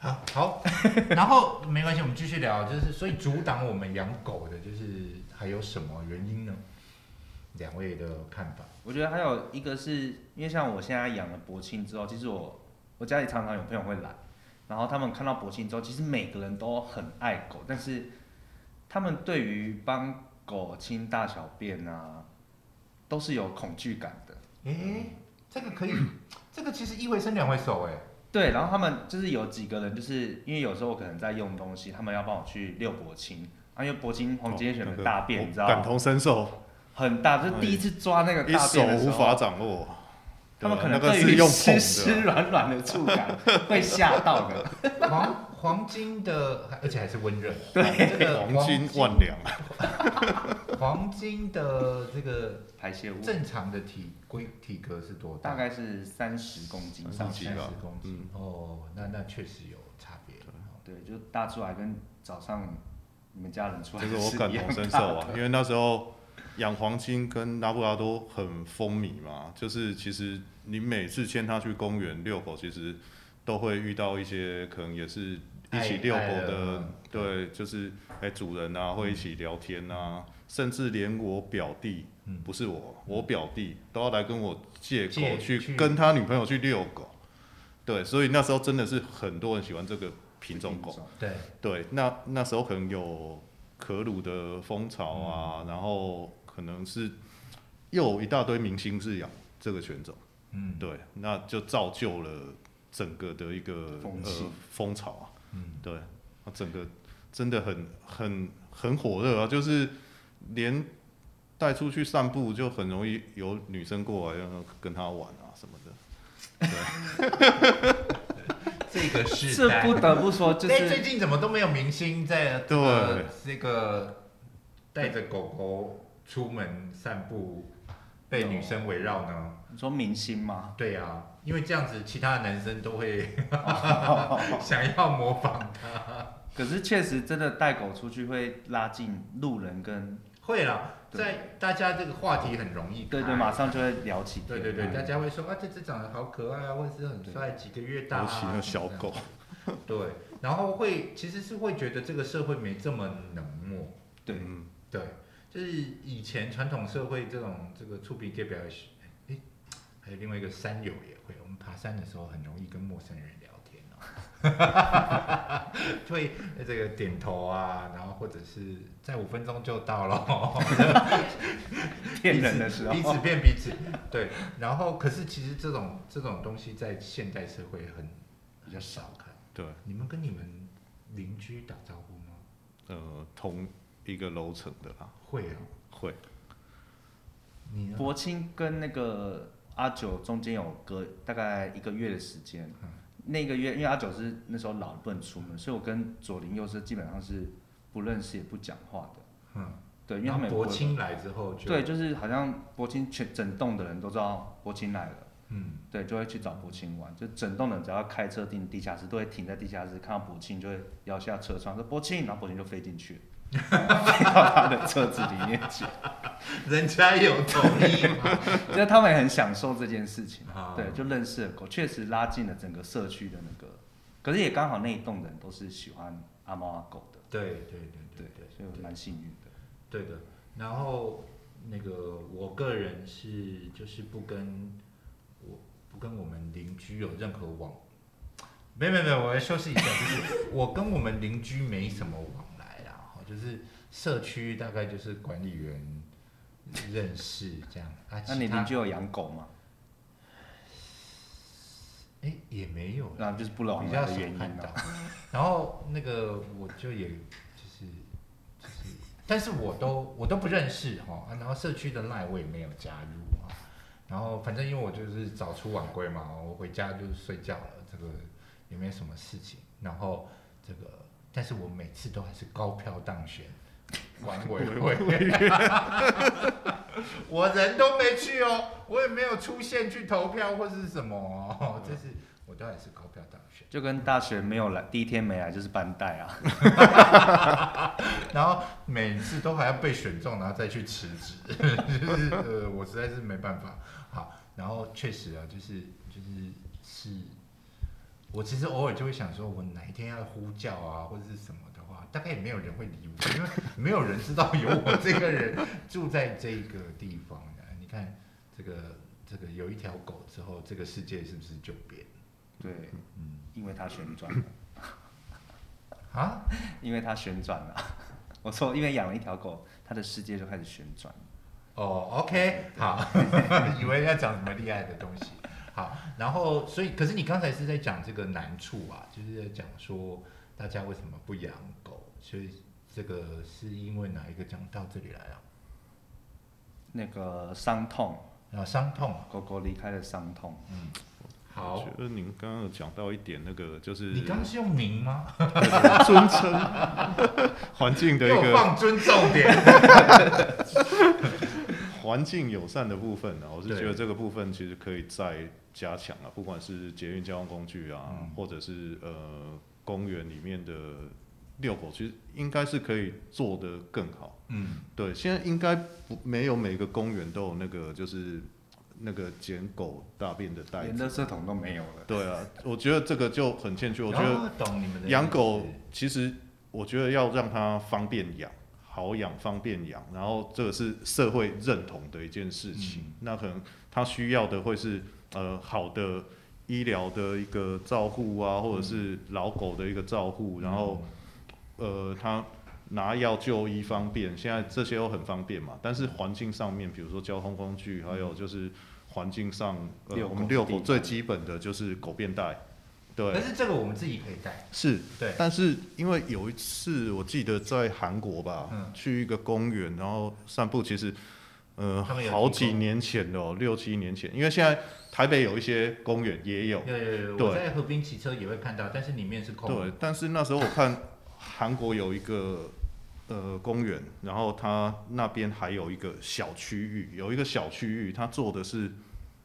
Speaker 1: 好，好， 然后没关系，我们继续聊，就是所以阻挡我们养狗的，就是还有什么原因呢？两位的看法？
Speaker 3: 我觉得还有一个是因为像我现在养了博庆之后，其实我我家里常常有朋友会来，然后他们看到博庆之后，其实每个人都很爱狗，但是他们对于帮狗清大小便啊，都是有恐惧感的。
Speaker 1: 诶、这个可以， 这个其实一回生两回熟、诶。
Speaker 3: 对，然后他们就是有几个人，就是因为有时候我可能在用东西，他们要帮我去遛博清，啊，因为博清黄金
Speaker 2: 哦
Speaker 3: 选
Speaker 2: 那
Speaker 3: 的
Speaker 2: 个
Speaker 3: 大便，
Speaker 2: 我
Speaker 3: 你知道
Speaker 2: 感
Speaker 3: 吗？
Speaker 2: 同身受，
Speaker 3: 很大，就是第一次抓那个
Speaker 2: 一
Speaker 3: 大
Speaker 2: 手
Speaker 3: 便的时
Speaker 2: 无
Speaker 3: 候，
Speaker 2: 法掌握。
Speaker 3: 他们
Speaker 2: 对
Speaker 3: 可
Speaker 2: 啊
Speaker 3: 能
Speaker 2: 那个
Speaker 3: 对
Speaker 2: 是
Speaker 3: 于
Speaker 2: 用捧
Speaker 3: 湿湿
Speaker 2: 的，
Speaker 3: 软软的触感会吓到 的。
Speaker 1: 黄黄金的，而且还是温热，
Speaker 3: 对
Speaker 1: 这个
Speaker 2: 黄金万两。
Speaker 1: 黄金的这个
Speaker 3: 排泄物
Speaker 1: 正常的体规体格是多大？
Speaker 3: 大概是三十公斤
Speaker 1: 三
Speaker 3: 上
Speaker 1: 十
Speaker 2: 30
Speaker 3: 下
Speaker 2: 吧，
Speaker 1: 公斤。哦，那那确实有差别。
Speaker 3: 对，就大出来跟早上你们家 人出来
Speaker 2: 这个我
Speaker 3: 是
Speaker 2: 感
Speaker 3: 一样
Speaker 2: 同身
Speaker 3: 大
Speaker 2: 受啊
Speaker 3: 的，
Speaker 2: 因为那时候养黄金跟拉布拉多很风靡嘛，就是其实你每次牵它去公园遛狗，其实都会遇到一些可能也是一起遛狗
Speaker 1: 爱爱
Speaker 2: 的
Speaker 1: 人，
Speaker 2: 对，就是哎、主人啊会一起聊天啊，甚至连我表弟
Speaker 1: 嗯，
Speaker 2: 不是我，我表弟都要来跟我借
Speaker 1: 借
Speaker 2: 狗去
Speaker 1: 去
Speaker 2: 跟他女朋友去遛狗，对，所以那时候真的是很多人喜欢这个品种狗。
Speaker 1: 对，
Speaker 2: 对，那那时候可能有可鲁的风潮啊，
Speaker 1: 嗯
Speaker 2: 然后可能是又有一大堆明星是养这个犬种，
Speaker 1: 嗯，
Speaker 2: 对，那就造就了整个的一个
Speaker 3: 风气
Speaker 2: 呃风潮啊，
Speaker 1: 嗯，
Speaker 2: 对，那整个真的很很很火热啊，就是连带出去散步就很容易有女生过来然后跟他玩啊什么的，
Speaker 1: 这个是
Speaker 3: 这
Speaker 1: 代。
Speaker 3: 不得不说，就
Speaker 1: 哎，最
Speaker 3: 是
Speaker 1: 近怎么都没有明星在
Speaker 2: 对
Speaker 1: 呃这个带着狗狗出门散步，被女生围绕呢？
Speaker 3: 你说明星嘛，
Speaker 1: 对啊，因为这样子其他的男生都会想要模仿他。
Speaker 3: 可是确实真的带狗出去会拉近路人跟
Speaker 1: 会啦，
Speaker 3: 对
Speaker 1: 在大家这个话题很容易
Speaker 3: 对对，
Speaker 1: 开
Speaker 3: 马上就嗯会聊起
Speaker 1: 对
Speaker 3: 天
Speaker 1: 对对，
Speaker 3: 来
Speaker 1: 大家会说啊，这只长得好可爱啊，或者是很帅，几个月大、啊，
Speaker 2: 尤其那小
Speaker 1: 什么
Speaker 2: 狗，
Speaker 1: 这样。对，然后会其实是会觉得这个社会没这么冷漠，
Speaker 3: 对
Speaker 2: 嗯，
Speaker 1: 对，就是以前传统社会这种这个触鼻贴表演，哎，还有另外一个山友也会，我们爬山的时候很容易跟陌生人聊天哦， 会呃这个点头啊，然后或者是在五分钟就到了。
Speaker 3: 骗人的时
Speaker 1: 彼此
Speaker 3: 候，
Speaker 1: 骗彼此，对。然后，可是其实这种这种东西在现代社会很
Speaker 3: 比较少
Speaker 1: 看。
Speaker 2: 对，
Speaker 1: 你们跟你们邻居打招呼吗？
Speaker 2: 呃，同一个楼层的啦，
Speaker 1: 会哦，
Speaker 2: 会。
Speaker 1: 你呢？
Speaker 3: 博清跟那个阿九中间有隔大概一个月的时间
Speaker 1: 嗯，
Speaker 3: 那个月因为阿九是那时候老不能出门，所以我跟左邻右舍基本上是不认识也不讲话的。
Speaker 1: 嗯，
Speaker 3: 对，因为他们也
Speaker 1: 然
Speaker 3: 不
Speaker 1: 后
Speaker 3: 会
Speaker 1: 博清来之后就
Speaker 3: 对，，就是好像博清全整栋的人都知道博清来了，
Speaker 1: 嗯，
Speaker 3: 对，就会去找博清玩。就整栋的人只要开车进地下室，都会停在地下室，看到博清就会摇下车窗说博清，然后博清就飞 进去，飞到他的车子里面去。
Speaker 1: 人家有同意吗？
Speaker 3: 就是他们也很享受这件事情
Speaker 1: 啊，
Speaker 3: 对，就认识了狗，确实拉近了整个社区的那个。可是也刚好那一栋的人都是喜欢阿猫阿狗的，
Speaker 1: 对对对
Speaker 3: 对
Speaker 1: 对，
Speaker 3: 所以我蛮幸运的。
Speaker 1: 对的。然后那个我个人是就是不跟我不跟我们邻居有任何往，没没没，我来修饰一下，就是我跟我们邻居没什么往来啦，哈，就是社区大概就是管理员认识这样，啊，
Speaker 3: 那
Speaker 1: 其
Speaker 3: 你
Speaker 1: 他
Speaker 3: 邻居有养狗吗？
Speaker 1: 哎、也没有，
Speaker 3: 那就是不老
Speaker 1: 比
Speaker 3: 来
Speaker 1: 较
Speaker 3: 的
Speaker 1: 少
Speaker 3: 原因
Speaker 1: 看到
Speaker 3: 啊。。
Speaker 1: 然后那个我就也就是就是，但是我都我都不认识哈、啊然后社区的赖我也没有加入啊。然后反正因为我就是早出晚归嘛，我回家就是睡觉了，这个也没什么事情。然后这个，但是我每次都还是高票当选，管委会， 我人都没去哦，我也没有出现去投票或是什么、哦， 这是我都还是高票当选。
Speaker 3: 就跟大学没有来第一天没来就是班 带啊，
Speaker 1: 然后每次都还要被选中，然后再去辞职， 就是呃，我实在是没办法。好，然后确实啊，就是就是是，我其实偶尔就会想说，我哪一天要呼叫啊，或者是什么的话，大概也没有人会理我，因为没有人知道有我这个人住在这个地方的。你看这个这个有一条狗之后，这个世界是不是就变？
Speaker 3: 对，
Speaker 1: 嗯
Speaker 3: 因为它旋 转，
Speaker 1: 啊，
Speaker 3: 因为它旋转了。 我说，因为养了一条狗，它的世界就开始旋转。
Speaker 1: 哦，OK，好， 以为要讲什么厉害的东西。好，然后所以，可是你刚才是在讲这个难处啊，就是在讲说大家为什么不养狗，所以这个是因为哪一个讲到这里来啊？
Speaker 3: 那个伤痛，
Speaker 1: 啊，伤痛啊，
Speaker 3: 狗狗离开了伤痛，
Speaker 1: 嗯，
Speaker 2: 我
Speaker 1: 好
Speaker 2: 觉，得您刚刚有讲到一点，那个就是
Speaker 1: 你刚刚是用您吗？
Speaker 2: 尊称 环境的
Speaker 1: 给
Speaker 2: 一
Speaker 1: 我
Speaker 2: 个
Speaker 1: 放尊重点。
Speaker 2: 环境友善的部分啊，我是
Speaker 1: 对
Speaker 2: 觉得这个部分其实可以再加强啊，不管是捷运交通工具啊，
Speaker 1: 嗯
Speaker 2: 或者是呃公园里面的遛狗，其实应该是可以做得更好。
Speaker 1: 嗯，
Speaker 2: 对，现在应该不没有每个公园都有那个就是那个捡狗大便的袋
Speaker 3: 连
Speaker 2: 子。
Speaker 3: 垃圾桶都没有了。
Speaker 2: 对啊，我觉得这个就很欠缺。我觉得
Speaker 1: 哦懂你们的
Speaker 2: 养狗
Speaker 1: 意思
Speaker 2: 其实我觉得要让它方便养，好养方便养，然后这个是社会认同的一件事情。
Speaker 1: 嗯
Speaker 2: 那可能它需要的会是呃好的医疗的一个照护啊，或者是老狗的一个照
Speaker 1: 嗯
Speaker 2: 护，然后呃，他拿药就医方便，现在这些都很方便嘛。但是环境上面，比如说交通工具，还
Speaker 1: 嗯
Speaker 2: 有就是环境上，呃
Speaker 3: 遛，狗
Speaker 2: 我们遛狗最基本的就是狗便袋，
Speaker 1: 嗯可
Speaker 2: 对，
Speaker 1: 是这个我们自己可以带，
Speaker 2: 是。
Speaker 1: 对，
Speaker 2: 但是因为有一次我记得在韩国吧，
Speaker 1: 嗯
Speaker 2: 去一个公园，然后散步，其实。呃，
Speaker 1: 他们有提
Speaker 2: 好
Speaker 1: 供
Speaker 2: 几年前了哦，六七年前，因为现在台北有一些公园也有，
Speaker 1: 有有有，
Speaker 2: 对
Speaker 1: 我在河滨骑车也会看到，但是里面是空的
Speaker 2: 对，，但是那时候我看韩国有一个呃公园，然后它那边还有一个小区域，有一个小区域，它做的是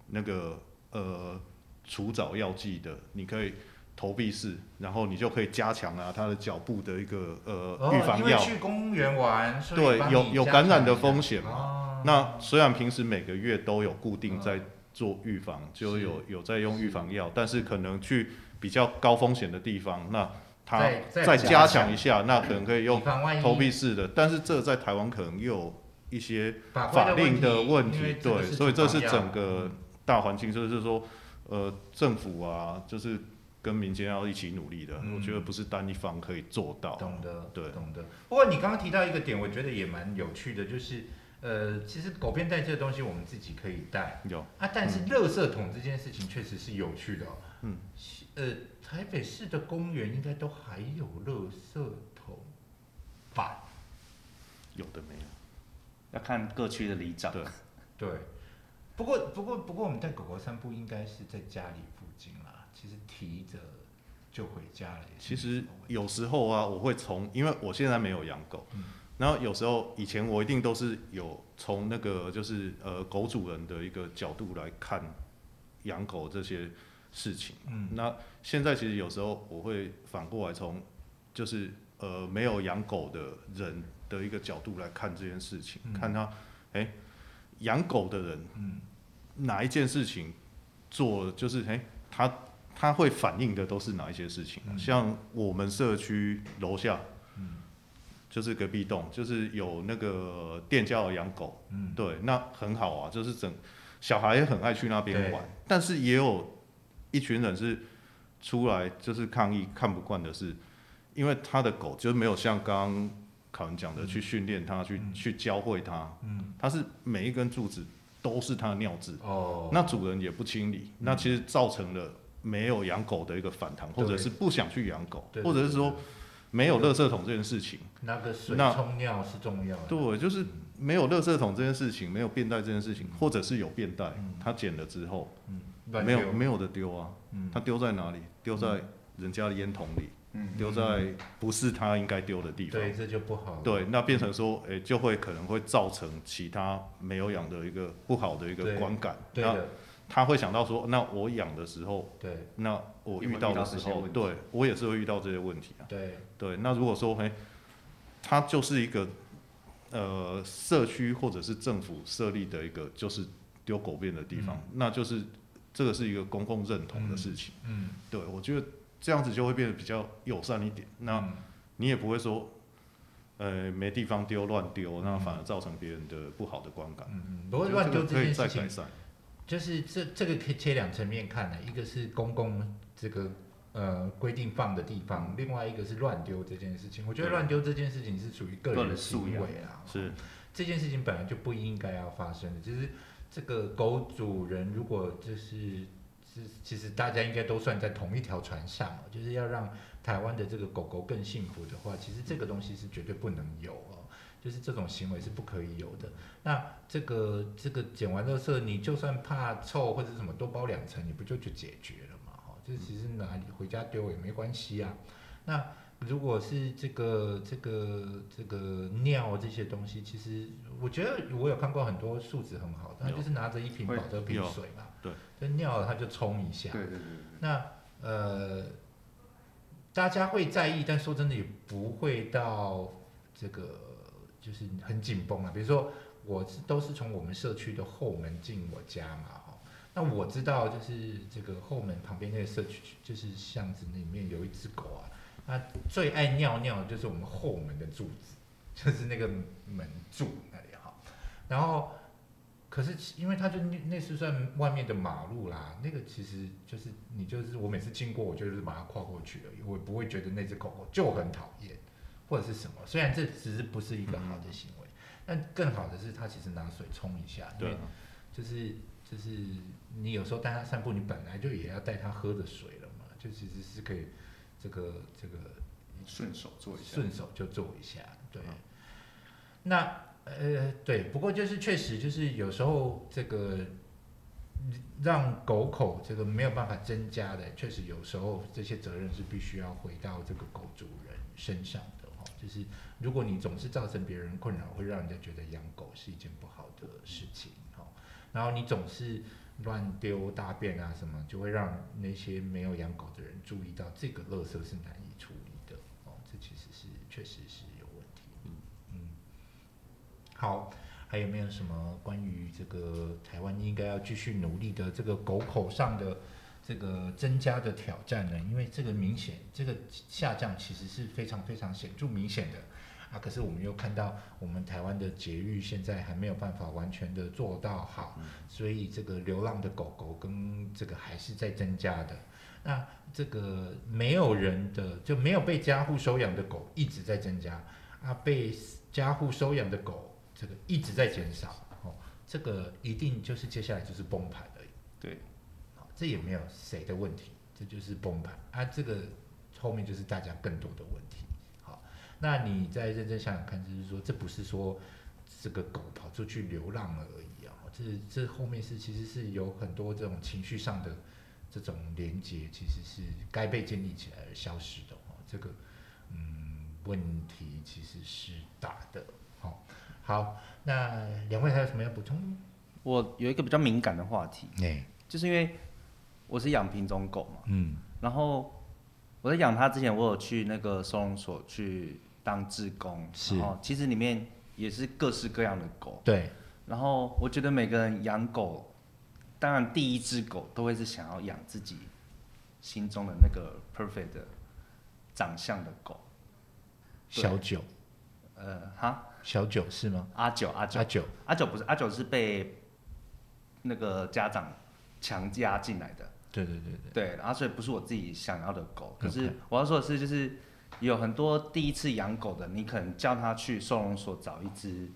Speaker 2: 那个呃除藻药剂的，你可以投币式，然后你就可以加强啊它的脚部的一个呃
Speaker 1: 哦
Speaker 2: 预防
Speaker 1: 因为
Speaker 2: 药。
Speaker 1: 去公园玩，所以
Speaker 2: 对
Speaker 1: 帮
Speaker 2: 有
Speaker 1: 你
Speaker 2: 有
Speaker 1: 加
Speaker 2: 感染
Speaker 1: 强
Speaker 2: 的
Speaker 1: 一下
Speaker 2: 风险嘛
Speaker 1: 哦
Speaker 2: 那虽然平时每个月都有固定在
Speaker 1: 嗯
Speaker 2: 做预防，就是有有在用预防药，但是可能去比较高风险的地方，那它
Speaker 1: 再再
Speaker 2: 再
Speaker 1: 加
Speaker 2: 加
Speaker 1: 强
Speaker 2: 强一下，那可能可以用
Speaker 1: 以防万一
Speaker 2: 投币式的，但是这在台湾可能又有一些
Speaker 1: 法规
Speaker 2: 法令的问
Speaker 1: 因为
Speaker 2: 题，
Speaker 1: 这个
Speaker 2: 对，所以
Speaker 1: 处
Speaker 2: 这
Speaker 1: 方
Speaker 2: 是
Speaker 1: 药
Speaker 2: 整个大环境，就是说，呃，政府啊，就是跟民间要一起努力的，
Speaker 1: 嗯
Speaker 2: 我觉得不是单一方可以做到。
Speaker 1: 懂得
Speaker 2: 哦对
Speaker 1: 懂得。不过你刚刚提到一个点，我觉得也蛮有趣的，就是呃，其实狗便袋这个东西我们自己可以带
Speaker 2: 有，
Speaker 1: 啊，但是垃圾桶这件事情确实是有趣的、哦。
Speaker 2: 嗯，
Speaker 1: 呃，台北市的公园应该都还有垃圾桶吧？
Speaker 2: 有的没有，
Speaker 3: 要看各区的里长
Speaker 2: 对。
Speaker 1: 对，不过不过不过，我们带狗狗散步应该是在家里附近啦。其实提着就回家了也
Speaker 2: 其
Speaker 1: 是没什
Speaker 2: 实
Speaker 1: 么问题。
Speaker 2: 有时候啊，我会从，因为我现在没有养狗。
Speaker 1: 嗯
Speaker 2: 然后有时候以前我一定都是有从那个就是呃狗主人的一个角度来看养狗这些事情，
Speaker 1: 嗯，
Speaker 2: 那现在其实有时候我会反过来从，就是呃没有养狗的人的一个角度来看这件事情，
Speaker 1: 嗯
Speaker 2: 看他，哎、养狗的人
Speaker 1: 嗯
Speaker 2: 哪一件事情做了，就是哎、他他会反映的都是哪一些事情啊、
Speaker 1: 嗯
Speaker 2: 像我们社区楼下
Speaker 1: 嗯
Speaker 2: 就是隔壁栋，就是有那个店家有养狗，
Speaker 1: 嗯，
Speaker 2: 对，那很好啊，就是整小孩也很爱去那边
Speaker 1: 对
Speaker 2: 玩，但是也有一群人是出来就是抗议看不惯的是，因为他的狗就是没有像刚刚考文讲的，去训练它，去
Speaker 1: 嗯
Speaker 2: 去教会它。
Speaker 1: 嗯，
Speaker 2: 它是每一根柱子都是它的尿渍，
Speaker 1: 哦，嗯
Speaker 2: 那主人也不清理，那其实造成了没有养狗的一个反弹，或者
Speaker 1: 对
Speaker 2: 是不想去养狗
Speaker 1: 对，
Speaker 2: 或者是说
Speaker 1: 对对
Speaker 2: 没有垃圾桶这件事情。
Speaker 1: 那个水
Speaker 2: 那
Speaker 1: 冲尿是重要的，
Speaker 2: 对，就是
Speaker 1: 嗯
Speaker 2: 没有垃圾桶这件事情，没有便袋这件事情，或者是有便袋
Speaker 1: 嗯，
Speaker 2: 他捡了之后
Speaker 1: 嗯，乱
Speaker 2: 没有
Speaker 1: 丢
Speaker 2: 没有的丢啊，
Speaker 1: 嗯
Speaker 2: 他丢在哪里？丢在人家的烟筒里，
Speaker 3: 嗯，
Speaker 2: 丢在不是他应该丢的地方。
Speaker 1: 对，这就不好了，
Speaker 2: 对，那变成说，诶、就会可能会造成其他没有养的一个不好的一个
Speaker 1: 对
Speaker 2: 观感。
Speaker 1: 对
Speaker 2: 那
Speaker 1: 的，
Speaker 2: 他会想到说，那我养的时候，
Speaker 1: 对
Speaker 2: 那我
Speaker 3: 也会
Speaker 2: 遇到
Speaker 3: 遇到
Speaker 2: 的
Speaker 3: 这
Speaker 2: 时
Speaker 3: 些
Speaker 2: 候，
Speaker 3: 问题
Speaker 2: 对我也是会遇到这些问题啊。
Speaker 1: 对
Speaker 2: 对，那如果说，嘿，它就是一个呃社区或者是政府设立的一个就是丢狗便的地方，那就是这个是一个公共认同的事情。
Speaker 1: 嗯嗯，
Speaker 2: 对我觉得这样子就会变得比较友善一点。那
Speaker 1: 嗯
Speaker 2: 你也不会说。呃，没地方丢乱丢，那反而造成别人的不好的观感。
Speaker 1: 嗯嗯，不过乱丢
Speaker 2: 我觉
Speaker 1: 这件
Speaker 2: 得这个
Speaker 1: 事
Speaker 2: 可以再改
Speaker 1: 情，
Speaker 2: 善。
Speaker 1: 就是这这个可以切两层面看啊的，一个是公共这个呃规定放的地方，另外一个是乱丢这件事情。我觉得
Speaker 2: 对
Speaker 1: 乱丢这件事情是属于个
Speaker 3: 个
Speaker 1: 人
Speaker 3: 人素
Speaker 1: 行
Speaker 3: 养
Speaker 1: 为啊啦，
Speaker 2: 是，
Speaker 1: 这件事情本来就不应该要发生的。就是这个狗主人如果就是。是，其实大家应该都算在同一条船上哦，就是要让台湾的这个狗狗更幸福的话，其实这个东西是绝对不能有哦，就是这种行为是不可以有的。那这个这个捡完垃圾，你就算怕臭或者什么，多包两层，你不就就解决了嘛？哦，就是其实拿回家丢也没关系啊。那如果是这个这个这个尿这些东西，其实我觉得我有看过很多素质很好的，他
Speaker 2: 有
Speaker 1: 就是拿着一瓶保德瓶
Speaker 2: 有
Speaker 1: 水嘛，
Speaker 2: 对，
Speaker 1: 就尿了他就冲一下
Speaker 3: 对，对对对
Speaker 1: 那呃，大家会在意，但说真的也不会到这个就是很紧绷啊。比如说，我是都是从我们社区的后门进我家嘛，哦，那我知道就是这个后门旁边那个社区，就是巷子里面有一只狗啊，那最爱尿尿的就是我们后门的柱子， 就是那个门柱那里哈，然后。可是其，因为它就那那是算外面的马路啦，那个其实就是你就是我每次经过，我就是把它跨过去而已，我也不会觉得那只狗狗就很讨厌或者是什么。虽然这只是不是一个好的行为，但更好的是它其实拿水冲一下，因
Speaker 2: 对
Speaker 1: 为
Speaker 2: 啊，
Speaker 1: 就是就是你有时候带它散步，你本来就也要带它喝的水了嘛，就其实是可以这个这个
Speaker 3: 顺手做一下，
Speaker 1: 顺手就做一下，对
Speaker 2: 嗯。
Speaker 1: 那呃，对，不过就是确实就是有时候这个让狗口这个没有办法增加的，确实有时候这些责任是必须要回到这个狗主人身上的哦。就是如果你总是造成别人困扰，会让人家觉得养狗是一件不好的事情哦。然后你总是乱丢大便啊什么，就会让那些没有养狗的人注意到这个垃圾是难以处理的哦。这其实是确实是有问题。嗯，好，还有没有什么关于这个台湾应该要继续努力的这个狗口上的这个增加的挑战呢？因为这个明显这个下降其实是非常非常显著明显的。啊，可是我们又看到，我们台湾的节育现在还没有办法完全的做到好，所以这个流浪的狗狗跟这个还是在增加的。那这个没有人的就没有被家户收养的狗一直在增加，啊，被家户收养的狗这个一直在减少，哦，这个一定就是接下来就是崩盘而已，
Speaker 3: 对，
Speaker 1: 哦，这也没有谁的问题，这就是崩盘啊，这个后面就是大家更多的问题，好，那你再认真想想看，就是说这不是说这个狗跑出去流浪了而已啊、哦，这这后面是其实是有很多这种情绪上的这种连接，其实是该被建立起来而消失的哦，这个。嗯，问题其实是大的。好、好，那两位还有什么要补充？
Speaker 3: 我有一个比较敏感的话题，
Speaker 1: 哎、
Speaker 3: 就是因为我是养品种狗嘛，
Speaker 1: 嗯
Speaker 3: 然后我在养它之前，我有去那个收容所去当志工，
Speaker 1: 是
Speaker 3: 然后其实里面也是各式各样的狗，
Speaker 1: 对，
Speaker 3: 然后我觉得每个人养狗，当然第一只狗都会是想要养自己心中的那个 perfect 的长相的狗，对
Speaker 1: 小九，
Speaker 3: 呃，哈，
Speaker 1: 小九是吗？
Speaker 3: 阿九阿九
Speaker 1: 阿九，
Speaker 3: 阿九不是阿九是被那个家长强加进来的，
Speaker 1: 对对对对，
Speaker 3: 对，然后所以不是我自己想要的狗。可
Speaker 1: OK
Speaker 3: 是我要说的是，就是有很多第一次养狗的，你可能叫他去收容所找一只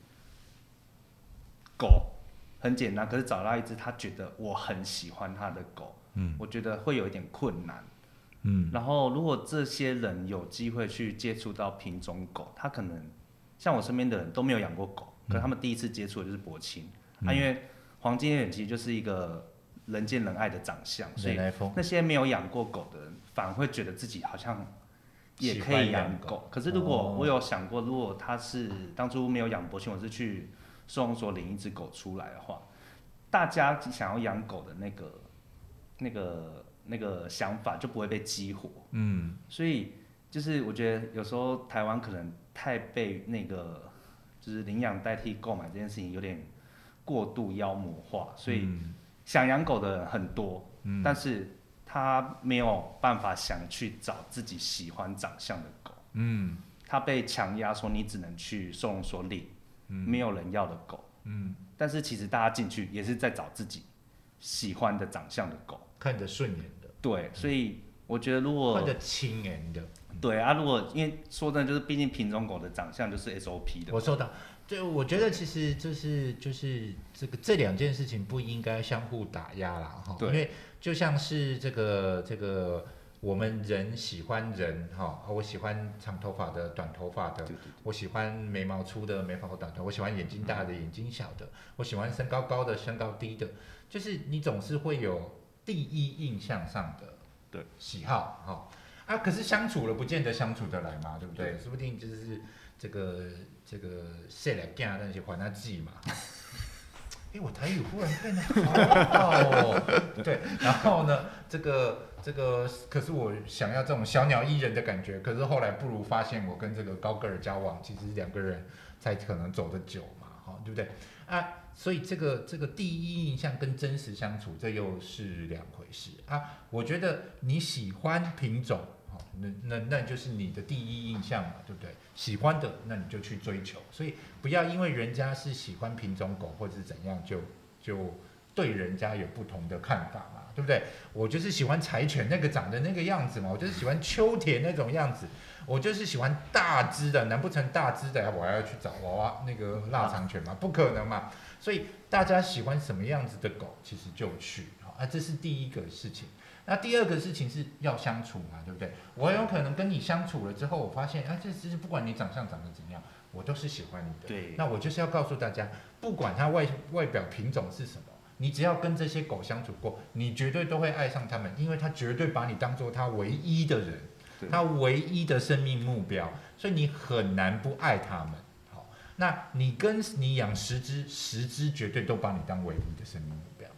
Speaker 3: 狗，很简单，可是找到一只他觉得我很喜欢他的狗，
Speaker 1: 嗯
Speaker 3: 我觉得会有一点困难。
Speaker 1: 嗯
Speaker 3: 然后，如果这些人有机会去接触到品种狗，他可能像我身边的人都没有养过狗，
Speaker 1: 嗯
Speaker 3: 可是他们第一次接触的就是博青，啊，因为黄金猎犬其实就是一个人见人爱的长相，所
Speaker 1: 人
Speaker 3: 以
Speaker 1: 来疯，
Speaker 3: 那些没有养过狗的人，反而会觉得自己好像也可以养
Speaker 1: 喜欢养
Speaker 3: 狗。可是如果
Speaker 1: 哦
Speaker 3: 我有想过，如果他是当初没有养博青，我是去收容所领一只狗出来的话，大家想要养狗的那个、那个、那个想法就不会被激活。
Speaker 1: 嗯，
Speaker 3: 所以就是我觉得有时候台湾可能太被那个就是领养代替购买这件事情有点过度妖魔化，所以
Speaker 1: 嗯
Speaker 3: 想养狗的人很多，
Speaker 1: 嗯
Speaker 3: 但是他没有办法想去找自己喜欢长相的狗，
Speaker 1: 嗯
Speaker 3: 他被强压说你只能去收容所领没有人要的狗，
Speaker 1: 嗯，
Speaker 3: 但是其实大家进去也是在找自己喜欢的长相的狗，
Speaker 1: 看着顺眼的，
Speaker 3: 对，所以我觉得如果
Speaker 1: 看着亲眼的，
Speaker 3: 对啊，如果因为说真的，就是毕竟品种狗的长相就是 SOP 的
Speaker 1: 我，收到。对，我觉得其实就是就是这个这两件事情不应该相互打压啦，哈，
Speaker 3: 对
Speaker 1: 因为就像是这个这个我们人喜欢人哈，我喜欢长头发的、短头发的
Speaker 3: 对，对
Speaker 1: 我喜欢眉毛粗的、眉毛短的，我喜欢眼睛大的、眼睛小的，我喜欢身高高的、身高低的，就是你总是会有第一印象上的
Speaker 2: 对
Speaker 1: 喜好哈、啊，可是相处了不见得相处得来嘛，对不对？
Speaker 3: 对
Speaker 1: 说不定就是这个这个射了干那些还他记嘛。哎，我台语忽然变得好好哦，对，然后呢，这个这个，可是我想要这种小鸟依人的感觉，可是后来不如发现我跟这个高个儿交往，其实两个人才可能走得久嘛，哈、对不对？啊，所以这个这个第一印象跟真实相处，这又是两回事啊。我觉得你喜欢品种，好、那那那就是你的第一印象嘛，对不对？喜欢的，那你就去追求，所以不要因为人家是喜欢品种狗或者是怎样，就就对人家有不同的看法嘛，对不对？我就是喜欢柴犬那个长得那个样子嘛，我就是喜欢秋田那种样子，我就是喜欢大只的，难不成大只的啊我还要去找娃娃那个腊肠犬吗？不可能嘛！所以大家喜欢什么样子的狗，其实就去好啊，这是第一个事情。那第二个事情是要相处嘛，对不对？我有可能跟你相处了之后，我发现啊，这只是不管你长相长得怎样，我都是喜欢你的。
Speaker 3: 对
Speaker 1: 那我就是要告诉大家，不管它外外表品种是什么，你只要跟这些狗相处过，你绝对都会爱上它们，因为它绝对把你当做它唯一的人
Speaker 3: 对，
Speaker 1: 它唯一的生命目标，所以你很难不爱它们。好，那你跟你养十只，十只绝对都把你当唯一的生命目标。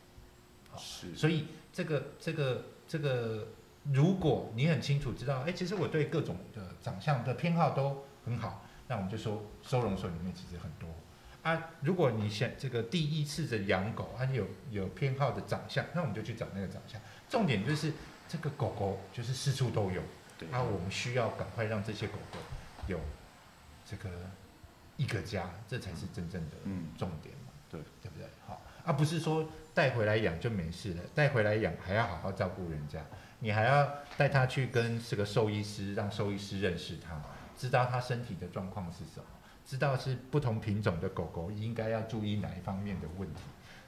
Speaker 2: 是
Speaker 1: 所以这个这个这个，如果你很清楚知道，哎，其实我对各种的长相的偏好都很好，那我们就说收容所里面其实很多啊。如果你想这个第一次的养狗，它、有有偏好的长相，那我们就去找那个长相。重点就是这个狗狗就是四处都有，
Speaker 3: 对
Speaker 1: 啊，我们需要赶快让这些狗狗有这个一个家，这才是真正的
Speaker 3: 嗯
Speaker 1: 重点嘛，
Speaker 2: 对
Speaker 1: 对不对？好，而、不是说带回来养就没事了，带回来养还要好好照顾人家，你还要带他去跟这个兽医师，让兽医师认识他，知道他身体的状况是什么，知道是不同品种的狗狗应该要注意哪一方面的问题，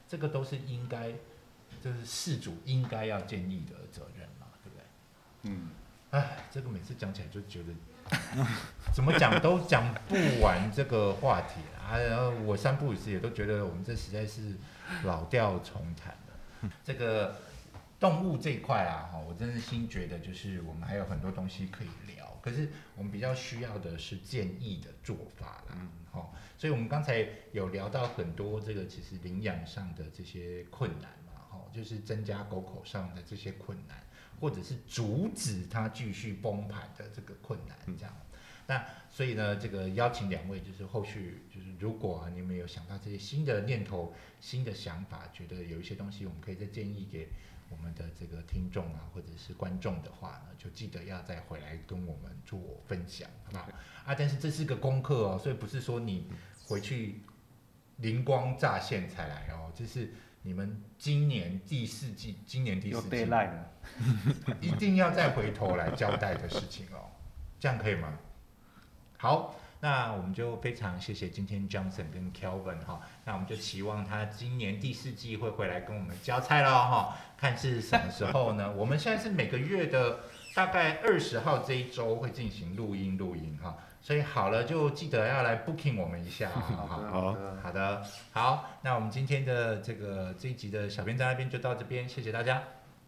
Speaker 1: 这个都是应该，就是事主应该要建议的责任嘛，对不对？
Speaker 2: 嗯，
Speaker 1: 唉，这个每次讲起来就觉得 怎么讲都讲不完这个话题啊。然后我三不五时也都觉得我们这实在是老调重弹了。这个动物这一块啊，哈，我真的心觉得就是我们还有很多东西可以聊，可是我们比较需要的是建议的做法啦
Speaker 2: 嗯，
Speaker 1: 哈、所以我们刚才有聊到很多这个其实领养上的这些困难嘛，哈、就是增加狗口上的这些困难。或者是阻止它继续崩盘的这个困难，这样。那所以呢，这个邀请两位，就是后续就是如果啊你们有想到这些新的念头、新的想法，觉得有一些东西我们可以再建议给我们的这个听众啊，或者是观众的话呢，就记得要再回来跟我们做分享，好不好？啊，但是这是个功课哦，所以不是说你回去灵光乍现才来哦，这是你们今年第四季，今年第
Speaker 3: 有
Speaker 1: 四季
Speaker 3: deadline 的，
Speaker 1: 一定要再回头来交代的事情哦。这样可以吗？好，那我们就非常谢谢今天 Johnson 跟 Kelvin 哈，那我们就期望他今年第四季会回来跟我们交差喽哈，看是什么时候呢？我们现在是每个月的大概二十号这一周会进行录音录音哈，所以好了就记得要来 booking 我们一下，好不啊好？
Speaker 2: 好
Speaker 3: 的
Speaker 1: 好的，好，那我们今天的这个这一集的小编在那边就到这边，谢谢大家。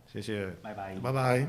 Speaker 2: 谢谢，
Speaker 3: 拜拜。
Speaker 2: 拜拜。